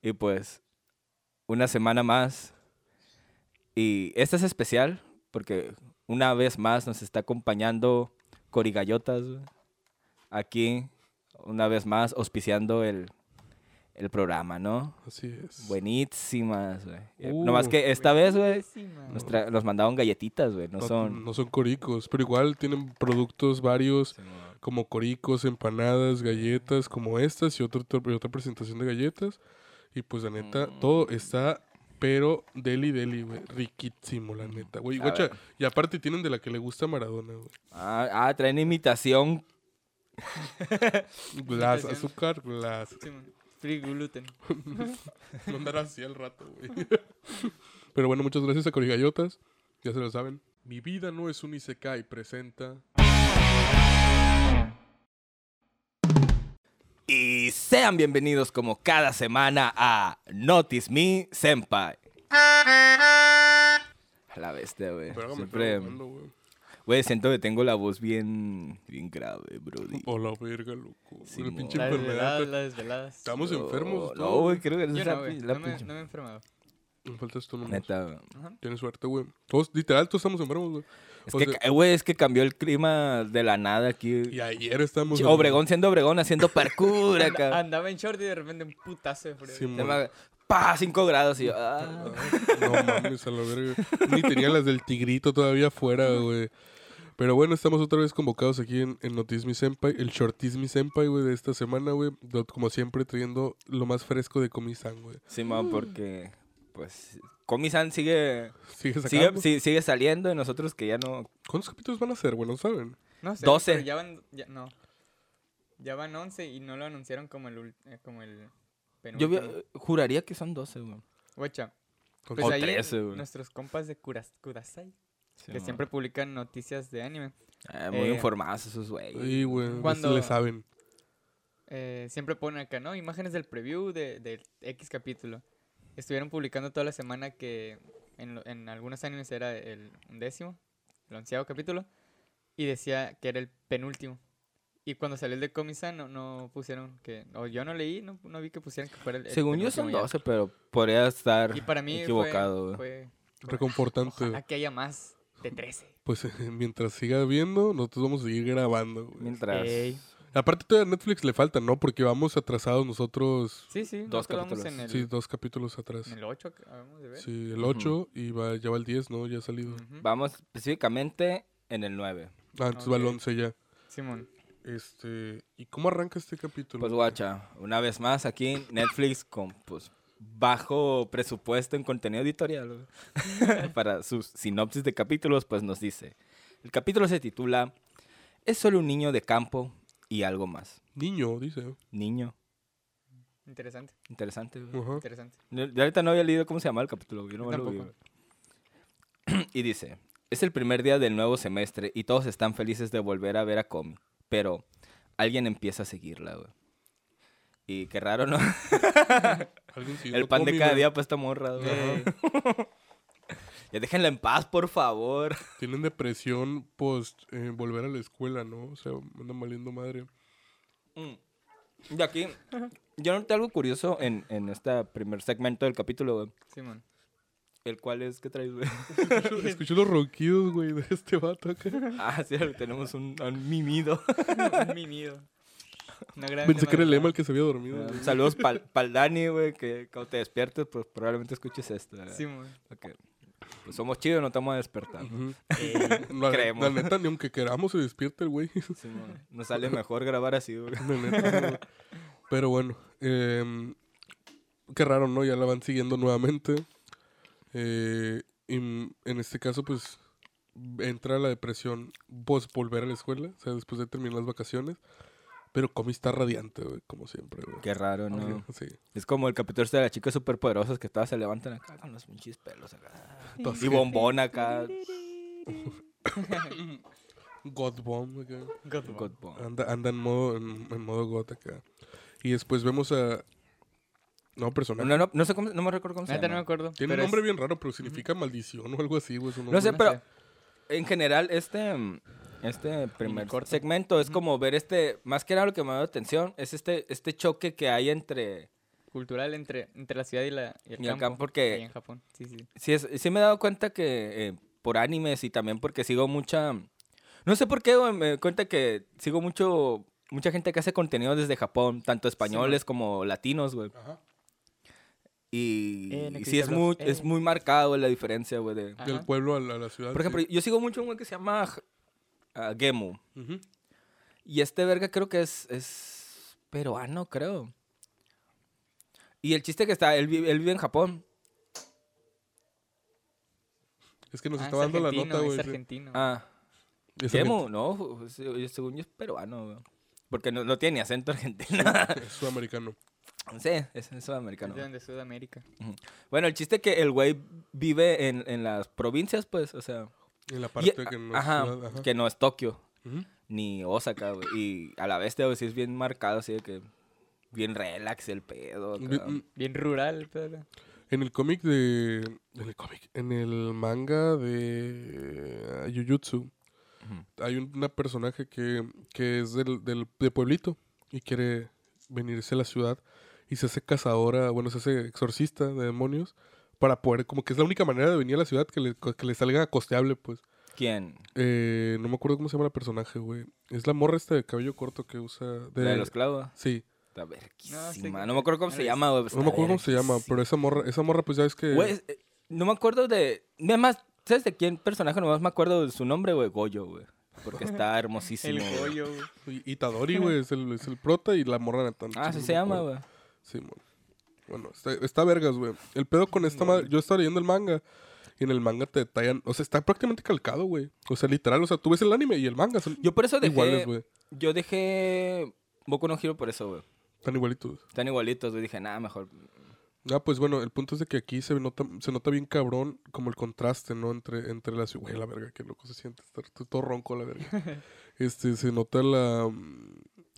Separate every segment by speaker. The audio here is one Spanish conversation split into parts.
Speaker 1: Y pues, una semana más. Y esta es especial porque una vez más nos está acompañando Cori Gallotas. güey. Aquí, una vez más, auspiciando el, el programa, ¿no?
Speaker 2: Así es.
Speaker 1: Buenísimas, güey. Eh,
Speaker 2: Uh,
Speaker 1: Nomás que esta vez, güey,
Speaker 3: Buenísima.
Speaker 1: nos, tra- nos mandaron galletitas, güey. No son...
Speaker 2: no son coricos, pero igual tienen productos varios como coricos, empanadas, galletas como estas y otro, otro- y otra presentación de galletas. Y pues la neta, todo
Speaker 1: Mm.
Speaker 2: está pero deli deli, güey. Riquísimo, la neta, güey.
Speaker 1: Mm. A
Speaker 2: Guacha,
Speaker 1: ver.
Speaker 2: y aparte tienen de la que le gusta a Maradona, güey.
Speaker 1: Ah, ah, traen imitación.
Speaker 2: Glass,
Speaker 3: Impresión.
Speaker 2: azúcar, glass.
Speaker 3: Simón. Free gluten.
Speaker 2: No andará así al rato, güey. Pero bueno, muchas gracias a Corigallotas. Ya se lo saben. Mi vida no es un Isekai presenta.
Speaker 1: Y sean bienvenidos como cada semana a Notice Me Senpai. A la bestia, güey.
Speaker 2: Pero hágame
Speaker 1: Siempre,
Speaker 2: estar hablando, güey.
Speaker 1: güey, siento que tengo la voz bien, bien grave, bro.
Speaker 2: O la verga, loco.
Speaker 1: Sí,
Speaker 2: la
Speaker 1: mo.
Speaker 2: pinche
Speaker 3: Las
Speaker 2: enfermedad.
Speaker 3: desveladas, las desveladas.
Speaker 2: Estamos enfermos.
Speaker 1: No,
Speaker 2: todos.
Speaker 1: güey, creo que es
Speaker 3: Yo
Speaker 1: la,
Speaker 3: no, güey.
Speaker 1: la
Speaker 3: No me,
Speaker 1: pinche-
Speaker 3: no me he enfermado.
Speaker 2: Me faltas tú nomás.
Speaker 1: Neta, güey.
Speaker 2: Tienes suerte, güey. Todos, literal, todos estamos enfermos, güey.
Speaker 1: Es
Speaker 2: O
Speaker 1: que,
Speaker 2: sea-
Speaker 1: ca- güey, es que cambió el clima de la nada aquí.
Speaker 2: Y ayer estamos.
Speaker 1: Ch- Obregón siendo Obregón, haciendo parkour
Speaker 3: Anda-
Speaker 2: Ah,
Speaker 1: acá.
Speaker 3: Andaba en short y de repente un putazo de frío.
Speaker 2: Sí, mo.
Speaker 1: Se me- ¡Pah! 5 grados y yo, ah.
Speaker 2: No mames, a la verga. Ni tenía las del tigrito todavía afuera, güey. Pero bueno, estamos otra vez convocados aquí en, en Notismi Senpai, el Shortismi Senpai, güey, de esta semana, güey. Do- Como siempre, trayendo lo más fresco de Komi-san, güey.
Speaker 1: Sí, man, porque, pues, Komi-san sigue,
Speaker 2: Sigue
Speaker 1: sigue,
Speaker 2: sacando.
Speaker 1: sí- sigue saliendo y nosotros que ya no...
Speaker 2: ¿Cuántos capítulos van a ser, güey? No saben.
Speaker 3: No sé.
Speaker 1: 12.
Speaker 3: pero Ya van. Ya, no. Ya van 11 y no lo anunciaron como el, ul- eh, como el
Speaker 1: Yo
Speaker 3: penúltimo.
Speaker 1: vi- juraría que son 12, güey.
Speaker 3: Guacha.
Speaker 2: Con-
Speaker 3: Pues
Speaker 1: O
Speaker 3: ahí
Speaker 1: 13, güey.
Speaker 3: nuestros compas de Kuras- Kudasai,
Speaker 1: Sí,
Speaker 3: que
Speaker 1: man.
Speaker 3: siempre publican noticias de anime,
Speaker 1: Ah, muy
Speaker 3: eh,
Speaker 1: informados esos güeyes.
Speaker 2: Sí, güey.
Speaker 3: Cuando-
Speaker 2: Cuando... le saben.
Speaker 3: eh, siempre ponen acá, ¿no? Imágenes del preview de, del X capítulo. Estuvieron publicando toda la semana que en, lo- en algunos animes era el undécimo, el onceavo capítulo, y decía que era el penúltimo. Y cuando salió el de Komi-san, no, no pusieron que... O yo no leí, no, no vi que pusieran que fuera el el
Speaker 1: Según yo son
Speaker 3: penúltimo ya.
Speaker 1: 12, pero podría estar
Speaker 3: Y para mí fue-
Speaker 1: equivocado, güey.
Speaker 3: fue...
Speaker 2: Reconfortante.
Speaker 3: Ojalá que haya más de 13.
Speaker 2: Pues mientras siga viendo, nosotros vamos a seguir grabando, güey.
Speaker 1: Mientras...
Speaker 3: Ey.
Speaker 2: Aparte todavía a Netflix le falta, ¿no? Porque vamos atrasados nosotros,
Speaker 3: Sí, sí,
Speaker 1: Dos
Speaker 3: nosotros vamos
Speaker 1: capítulos.
Speaker 3: En el,
Speaker 2: sí, dos capítulos atrás.
Speaker 3: En el 8 acabamos de ver.
Speaker 2: Sí, el
Speaker 1: Ujú. Mm,
Speaker 2: 8 y va, ya va el 10, ¿no? Ya ha salido.
Speaker 3: Ujú.
Speaker 1: Vamos específicamente en el 9.
Speaker 2: Ah, entonces va el
Speaker 3: Ok.
Speaker 2: 11 ya.
Speaker 3: Simón.
Speaker 2: Este, ¿y cómo arranca este capítulo?
Speaker 1: Pues guacha, una vez más aquí Netflix con pues bajo presupuesto en contenido editorial güey. para sus sinopsis de capítulos, pues nos dice. El capítulo se titula Es solo un niño de campo y algo más.
Speaker 2: Niño, dice.
Speaker 1: Niño,
Speaker 3: Interesante,
Speaker 1: interesante. güey.
Speaker 2: Ajá.
Speaker 3: interesante.
Speaker 1: Yo- yo ahorita no había leído cómo se llamaba el capítulo, yo no
Speaker 3: Yo
Speaker 1: me lo vi,
Speaker 3: tampoco.
Speaker 1: güey. Y dice, es el primer día del nuevo semestre y todos están felices de volver a ver a Comi, pero alguien empieza a seguirla, güey. Y qué raro, ¿no?
Speaker 2: Alguien siguiendo
Speaker 1: El pan de
Speaker 2: Comi,
Speaker 1: cada
Speaker 2: güey.
Speaker 1: día pues está morra, güey. Ya déjenla en paz, por favor.
Speaker 2: Tienen depresión post eh, volver a la escuela, ¿no? O sea, andan valiendo madre.
Speaker 1: De aquí, yo noté algo curioso en, en este primer segmento del capítulo, güey.
Speaker 3: Simón.
Speaker 1: El cual es que traes, güey.
Speaker 2: Escuché los ronquidos, güey, de este vato acá.
Speaker 1: Ah, sí, tenemos un, un mimido.
Speaker 3: Un mimido. Una gran
Speaker 2: Pensé que era el
Speaker 3: madrugada.
Speaker 2: Emma el que se había dormido. güey.
Speaker 1: Saludos para el Dani, güey, que cuando te despiertes, pues probablemente escuches esto. ¿verdad?
Speaker 3: Simón.
Speaker 1: Ok. Pues somos chidos, no estamos despertando.
Speaker 2: Ujú.
Speaker 3: Ey,
Speaker 2: La,
Speaker 1: Creemos.
Speaker 2: la neta, ni aunque queramos se despierte el güey.
Speaker 1: Nos sale mejor grabar así, güey.
Speaker 2: La neta, no. Pero bueno, em, qué raro, ¿no? Ya la van siguiendo nuevamente. Eh, y m- en este caso, pues, entra la depresión pues volver a la escuela, o sea, después de terminar las vacaciones. Pero Comi está radiante, güey, como siempre, güey.
Speaker 1: Qué raro, ¿no?
Speaker 2: Sí,
Speaker 1: Es como el capítulo este de las chicas superpoderosas que todas se levantan acá con los pinches pelos acá.
Speaker 2: Todas
Speaker 1: Y bombón acá.
Speaker 2: God Bomb, acá.
Speaker 3: God
Speaker 1: God
Speaker 3: bless.
Speaker 1: bomb.
Speaker 2: Anda, anda en modo, en, en modo God acá. Y después vemos a... No, personaje.
Speaker 1: No, no, no sé cómo, no me recuerdo cómo se
Speaker 3: Neta, no me
Speaker 1: llama.
Speaker 3: acuerdo.
Speaker 2: Tiene un
Speaker 3: pero
Speaker 2: nombre
Speaker 3: es-
Speaker 2: bien raro, pero significa maldición o algo así, güey. su
Speaker 1: No sé,
Speaker 2: nombre.
Speaker 1: pero en general este, mm, este primer
Speaker 3: corto.
Speaker 1: segmento es como ver este, más que nada lo que me da atención, es este, este choque que hay entre
Speaker 3: cultural entre, entre la ciudad y, la, y el
Speaker 1: Y
Speaker 3: campo.
Speaker 1: el campo, porque-
Speaker 3: ahí en Japón, sí, sí.
Speaker 1: Sí, es- sí me he dado cuenta que eh, por animes y también porque sigo mucha... No sé por qué güey, me doy cuenta que sigo mucho mucha gente que hace contenido desde Japón, tanto españoles como latinos, güey.
Speaker 2: Ajá.
Speaker 1: Y,
Speaker 3: Eh,
Speaker 1: y
Speaker 3: Necrita
Speaker 1: sí es
Speaker 3: Blog,
Speaker 1: muy,
Speaker 3: eh. Ah,
Speaker 1: es muy marcado la diferencia, güey. de-
Speaker 3: Ajá.
Speaker 2: Del pueblo a la, a la ciudad.
Speaker 1: Por ejemplo,
Speaker 2: sí.
Speaker 1: yo sigo mucho un güey que se llama J- ah, Gemu.
Speaker 2: Ujú.
Speaker 1: Y este verga creo que es, es peruano, creo. Y el chiste que está, él, vi- él vive en Japón.
Speaker 2: Es que nos
Speaker 3: Ah,
Speaker 2: estaba
Speaker 3: es
Speaker 2: dando la
Speaker 3: argentino,
Speaker 2: nota,
Speaker 3: Es
Speaker 2: güey. sí.
Speaker 3: argentino.
Speaker 1: Ah,
Speaker 2: Es
Speaker 1: Gemu, no, ju- se- según yo es peruano, güey. Porque no, no tiene acento argentino.
Speaker 2: argentino, es sudamericano.
Speaker 1: sí, es, es
Speaker 3: Es
Speaker 1: sudamericano.
Speaker 3: de donde es Sudamérica.
Speaker 1: Bueno, el chiste que el güey vive en, en las provincias, pues, o sea.
Speaker 2: En la
Speaker 1: y-
Speaker 2: parte que no es
Speaker 1: ajá,
Speaker 2: ciudad, ajá.
Speaker 1: que no es Tokio.
Speaker 2: Ujú.
Speaker 1: ni Osaka, güey. Y a la bestia, güey, sí es bien marcado, así de que bien relax el pedo. acá.
Speaker 2: Vi- mm,
Speaker 3: Bien rural, pero...
Speaker 2: En el cómic de. En el cómic. En el manga de. eh, Jujutsu.
Speaker 1: Ujú.
Speaker 2: Hay un- una personaje que, que es del, del de pueblito y quiere venirse a la ciudad y se hace cazadora, bueno, se hace exorcista de demonios para poder, como que es la única manera de venir a la ciudad que le, que le salga costeable, pues.
Speaker 1: ¿Quién?
Speaker 2: Eh, no me acuerdo cómo se llama la personaje, güey. Es la morra esta de cabello corto que usa. De,
Speaker 1: ¿La de los clavos?
Speaker 2: Sí,
Speaker 1: Está
Speaker 3: No, sí,
Speaker 1: verguísima. No, me acuerdo cómo
Speaker 3: no
Speaker 1: se
Speaker 3: la he
Speaker 1: llama, güey. pero
Speaker 2: no me
Speaker 1: está
Speaker 2: acuerdo cómo se llama, pero esa morra, esa morra pues ya es que...
Speaker 1: verguísima. Güey, es- eh, no me acuerdo de... Nada más, ¿sabes de quién personaje? Nomás me acuerdo de su nombre, güey. Goyo, güey. Porque está
Speaker 3: El
Speaker 1: hermosísimo. güey.
Speaker 3: pollo, güey.
Speaker 2: Y- Itadori, güey, es el, es el prota y la morra Natán.
Speaker 1: Ah, sí
Speaker 2: no
Speaker 1: se
Speaker 2: me
Speaker 1: llama,
Speaker 2: acuerdo.
Speaker 1: güey.
Speaker 2: Sí, mon. Bueno, está, está vergas, güey. El pedo con esta madre... Yo estaba leyendo el manga y en el manga te detallan... O sea, está prácticamente calcado, güey. O sea, literal, o sea, tú ves el anime y el manga son
Speaker 1: Yo por eso dejé...
Speaker 2: iguales, güey.
Speaker 1: yo dejé... Boku no giro por eso, güey.
Speaker 2: Están igualitos.
Speaker 1: Están igualitos, güey. Dije, nada, mejor...
Speaker 2: Ah, pues bueno, el punto es de que aquí se nota, se nota bien cabrón como el contraste, ¿no? Entre, entre la ciudad. Güey, la verga, qué loco se siente. Estar t- todo ronco, la verga. Este, se nota la, mm,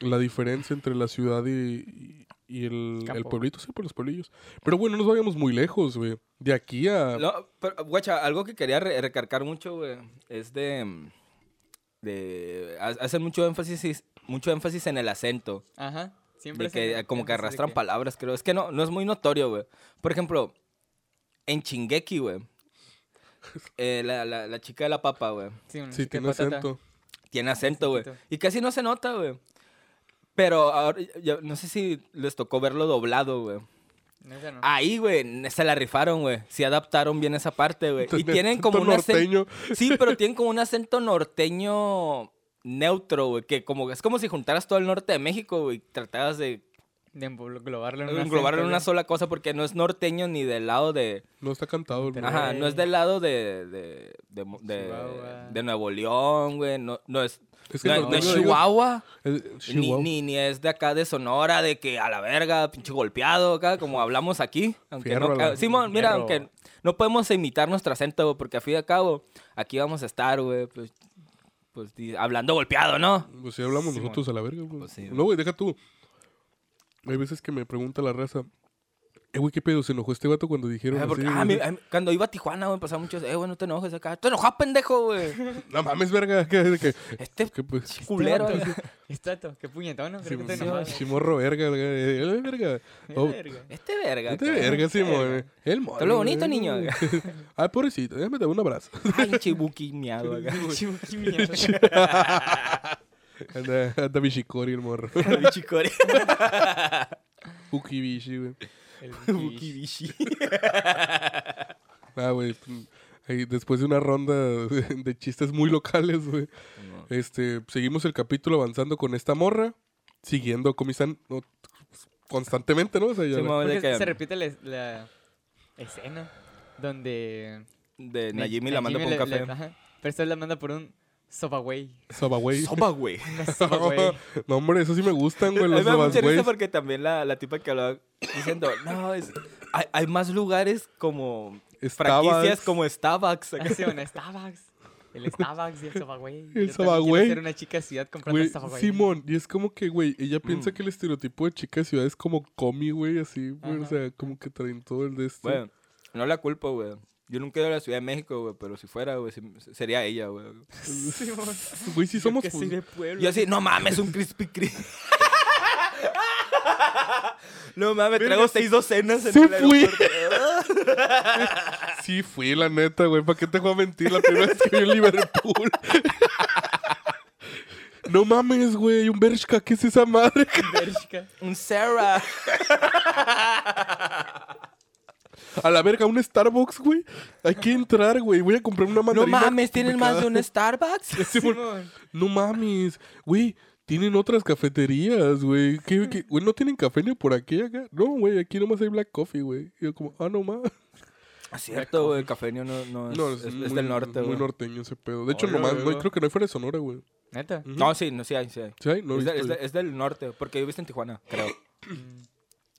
Speaker 2: la diferencia entre la ciudad y, y- y el, el
Speaker 3: Campo.
Speaker 2: pueblito, sí, por los pueblillos. Pero bueno, no nos vayamos muy lejos, güey. De aquí a.
Speaker 1: No, pero, guacha, algo que quería re- recargar mucho, güey, es de... mm, de ha- hacen mucho énfasis, mucho énfasis en el acento.
Speaker 3: Ajá. Siempre
Speaker 1: De
Speaker 3: se
Speaker 1: que,
Speaker 3: me-
Speaker 1: eh, como que
Speaker 3: énfasis de
Speaker 1: arrastran palabras, creo. Es que no, no es muy notorio, güey. Por ejemplo, en Chingeki, güey. eh, la, la- la chica de la papa, güey.
Speaker 3: Sí, una
Speaker 1: mm,
Speaker 2: Sí,
Speaker 3: chica
Speaker 2: tiene
Speaker 3: patata.
Speaker 2: acento.
Speaker 1: Tiene
Speaker 3: Ah,
Speaker 1: acento, güey.
Speaker 3: Acentito.
Speaker 1: Y casi no se nota, güey. Pero ahora, yo no sé si les tocó verlo doblado, güey.
Speaker 3: No, esa no.
Speaker 1: Ahí, güey, se la rifaron, güey. Sí adaptaron bien esa parte, güey. Y
Speaker 2: Tiene
Speaker 1: tienen como
Speaker 2: acento
Speaker 1: un acento...
Speaker 2: norteño.
Speaker 1: Sí, pero tienen como un acento norteño neutro, güey. Que como, es como si juntaras todo el norte de México, güey. y Trataras de
Speaker 3: De englobarlo en un
Speaker 1: englobarlo en
Speaker 3: acento,
Speaker 1: una
Speaker 3: güey.
Speaker 1: sola cosa porque no es norteño ni del lado de...
Speaker 2: No está cantado, güey.
Speaker 1: Ajá, no es del lado de... de, de, de-
Speaker 3: Chihuahua.
Speaker 1: de Nuevo León, güey. No, no es...
Speaker 2: Es que
Speaker 1: no-
Speaker 2: el
Speaker 1: no es
Speaker 2: norteño de ellos-
Speaker 1: Chihuahua.
Speaker 2: Es-
Speaker 1: Ni,
Speaker 2: Chihuahua.
Speaker 1: ni, ni es de acá de Sonora, de que a la verga, pinche golpeado acá, como hablamos aquí. Aunque
Speaker 2: Fierro
Speaker 1: no
Speaker 2: a la-
Speaker 1: ca- Simón, mira,
Speaker 3: Fierro.
Speaker 1: aunque no podemos imitar nuestro acento, güey, porque a fin de cabo, aquí vamos a estar, güey, pues, pues, di- hablando golpeado, ¿no?
Speaker 2: Pues si hablamos
Speaker 1: Simón.
Speaker 2: nosotros a la verga, güey.
Speaker 1: Pues sí, güey.
Speaker 2: no, güey, deja tú. Hay veces que me pregunta la raza, eh, güey, ¿qué pedo? ¿Se enojó este vato cuando dijeron
Speaker 1: Ah, porque-
Speaker 2: así?
Speaker 1: ah,
Speaker 2: güey?
Speaker 1: mi- ah, cuando iba a Tijuana, güey, pasaba muchos, eh, güey, no te enojes acá. ¡Te enojas, pendejo, güey!
Speaker 2: No mames, verga. ¿Qué, de qué?
Speaker 1: Este
Speaker 2: ¿Qué, pues?
Speaker 1: culero.
Speaker 3: vato,
Speaker 1: güey.
Speaker 3: Estrato, qué puñetón, ¿no? Creo que te
Speaker 2: Simón,
Speaker 3: enojaste.
Speaker 2: Chimorro, verga. verga, eh, eh, verga. Oh,
Speaker 3: Verga.
Speaker 1: Este verga.
Speaker 2: vete
Speaker 1: acá.
Speaker 2: verga, Simón. El mono.
Speaker 1: Habla bonito,
Speaker 2: eh.
Speaker 1: niño.
Speaker 2: Ay, pobrecito, déjame dar un abrazo.
Speaker 1: Ay, pinche buki miado acá.
Speaker 3: Chivo, qué mierda.
Speaker 2: Anda, anda bichicori el morro.
Speaker 1: Pinche core.
Speaker 2: Ukibishi, güey.
Speaker 3: El
Speaker 1: Buki
Speaker 3: bichi.
Speaker 1: bishi.
Speaker 2: Ah, güey. ahí, Después de una ronda de de chistes muy locales, güey. Este, seguimos el capítulo avanzando con esta morra, siguiendo a Comisan no, constantemente, ¿no? O sea, ya la-
Speaker 1: Simón, de
Speaker 3: Porque
Speaker 1: que-
Speaker 3: se repite la, la escena donde
Speaker 1: De
Speaker 3: Na-
Speaker 1: Najimi la manda por un
Speaker 3: Najimi le-
Speaker 1: café.
Speaker 3: le- ajá, pero esta vez la manda por un soba güey.
Speaker 2: Soba, güey.
Speaker 1: Soba, güey.
Speaker 3: Una soba güey.
Speaker 2: no, hombre, eso sí me gustan, güey,
Speaker 1: A mí
Speaker 2: los
Speaker 1: me da
Speaker 2: sobas,
Speaker 1: mucha
Speaker 2: güey.
Speaker 1: risa porque también la, la tipa que hablaba diciendo, no, es, hay, hay más lugares como franquicias
Speaker 2: Starbucks.
Speaker 1: como Starbucks. acá".
Speaker 3: Ah, sí, bueno, Starbucks. El Starbucks y el soba güey. Yo también
Speaker 2: soba
Speaker 3: quiero
Speaker 2: güey.
Speaker 3: ser una chica ciudad comprando
Speaker 2: Güey,
Speaker 3: soba güey.
Speaker 2: Simón, y es como que, güey, ella piensa
Speaker 1: Mm.
Speaker 2: que el estereotipo de chica de ciudad es como comi, güey, así, güey, o
Speaker 3: Ajá.
Speaker 2: sea, como que traen todo el de este.
Speaker 1: Güey, no la culpo, güey. Yo nunca he ido a la Ciudad de México, güey, pero si fuera, güey, sí- sería ella, güey.
Speaker 3: Simón.
Speaker 2: Güey, sí somos...
Speaker 3: Que soy
Speaker 2: fus-
Speaker 3: de pueblo.
Speaker 1: Yo así, no mames, un Krispy Kreme. No mames, traigo seis docenas en
Speaker 2: Sí
Speaker 1: el
Speaker 2: fui.
Speaker 1: aeropuerto.
Speaker 2: Sí, fui, la neta, güey. ¿Para qué te voy a mentir la primera vez que vi en Liverpool? no mames, güey. Un Bershka, ¿qué es esa madre?
Speaker 3: Bershka.
Speaker 1: Un Sarah.
Speaker 2: A la verga, un Starbucks, güey. Hay que entrar, güey. Voy a comprar una
Speaker 1: No
Speaker 2: mandarina.
Speaker 1: mames, ¿tienen más de
Speaker 2: picada.
Speaker 1: un Starbucks?
Speaker 2: Sí, por-
Speaker 3: Simón.
Speaker 2: No mames, güey. Tienen otras cafeterías, güey. ¿Qué, qué? Güey, ¿no tienen café ni por aquí acá? No, güey, aquí nomás hay black coffee, güey. Y yo como, ah, no mames.
Speaker 1: Es Ah, cierto, güey, cafeño no, no es,
Speaker 2: No,
Speaker 1: es- es del norte,
Speaker 2: Muy
Speaker 1: güey.
Speaker 2: norteño ese pedo. De hecho,
Speaker 3: Hola,
Speaker 2: nomás, no,
Speaker 3: verga.
Speaker 2: creo que no hay fuera de Sonora, güey.
Speaker 3: Neta.
Speaker 2: Ujú.
Speaker 1: No, sí, no, sí hay, sí hay.
Speaker 2: ¿Sí hay? No he
Speaker 1: es, de-
Speaker 2: visto
Speaker 1: es
Speaker 2: yo.
Speaker 1: de- es del norte, porque yo viste en Tijuana, creo.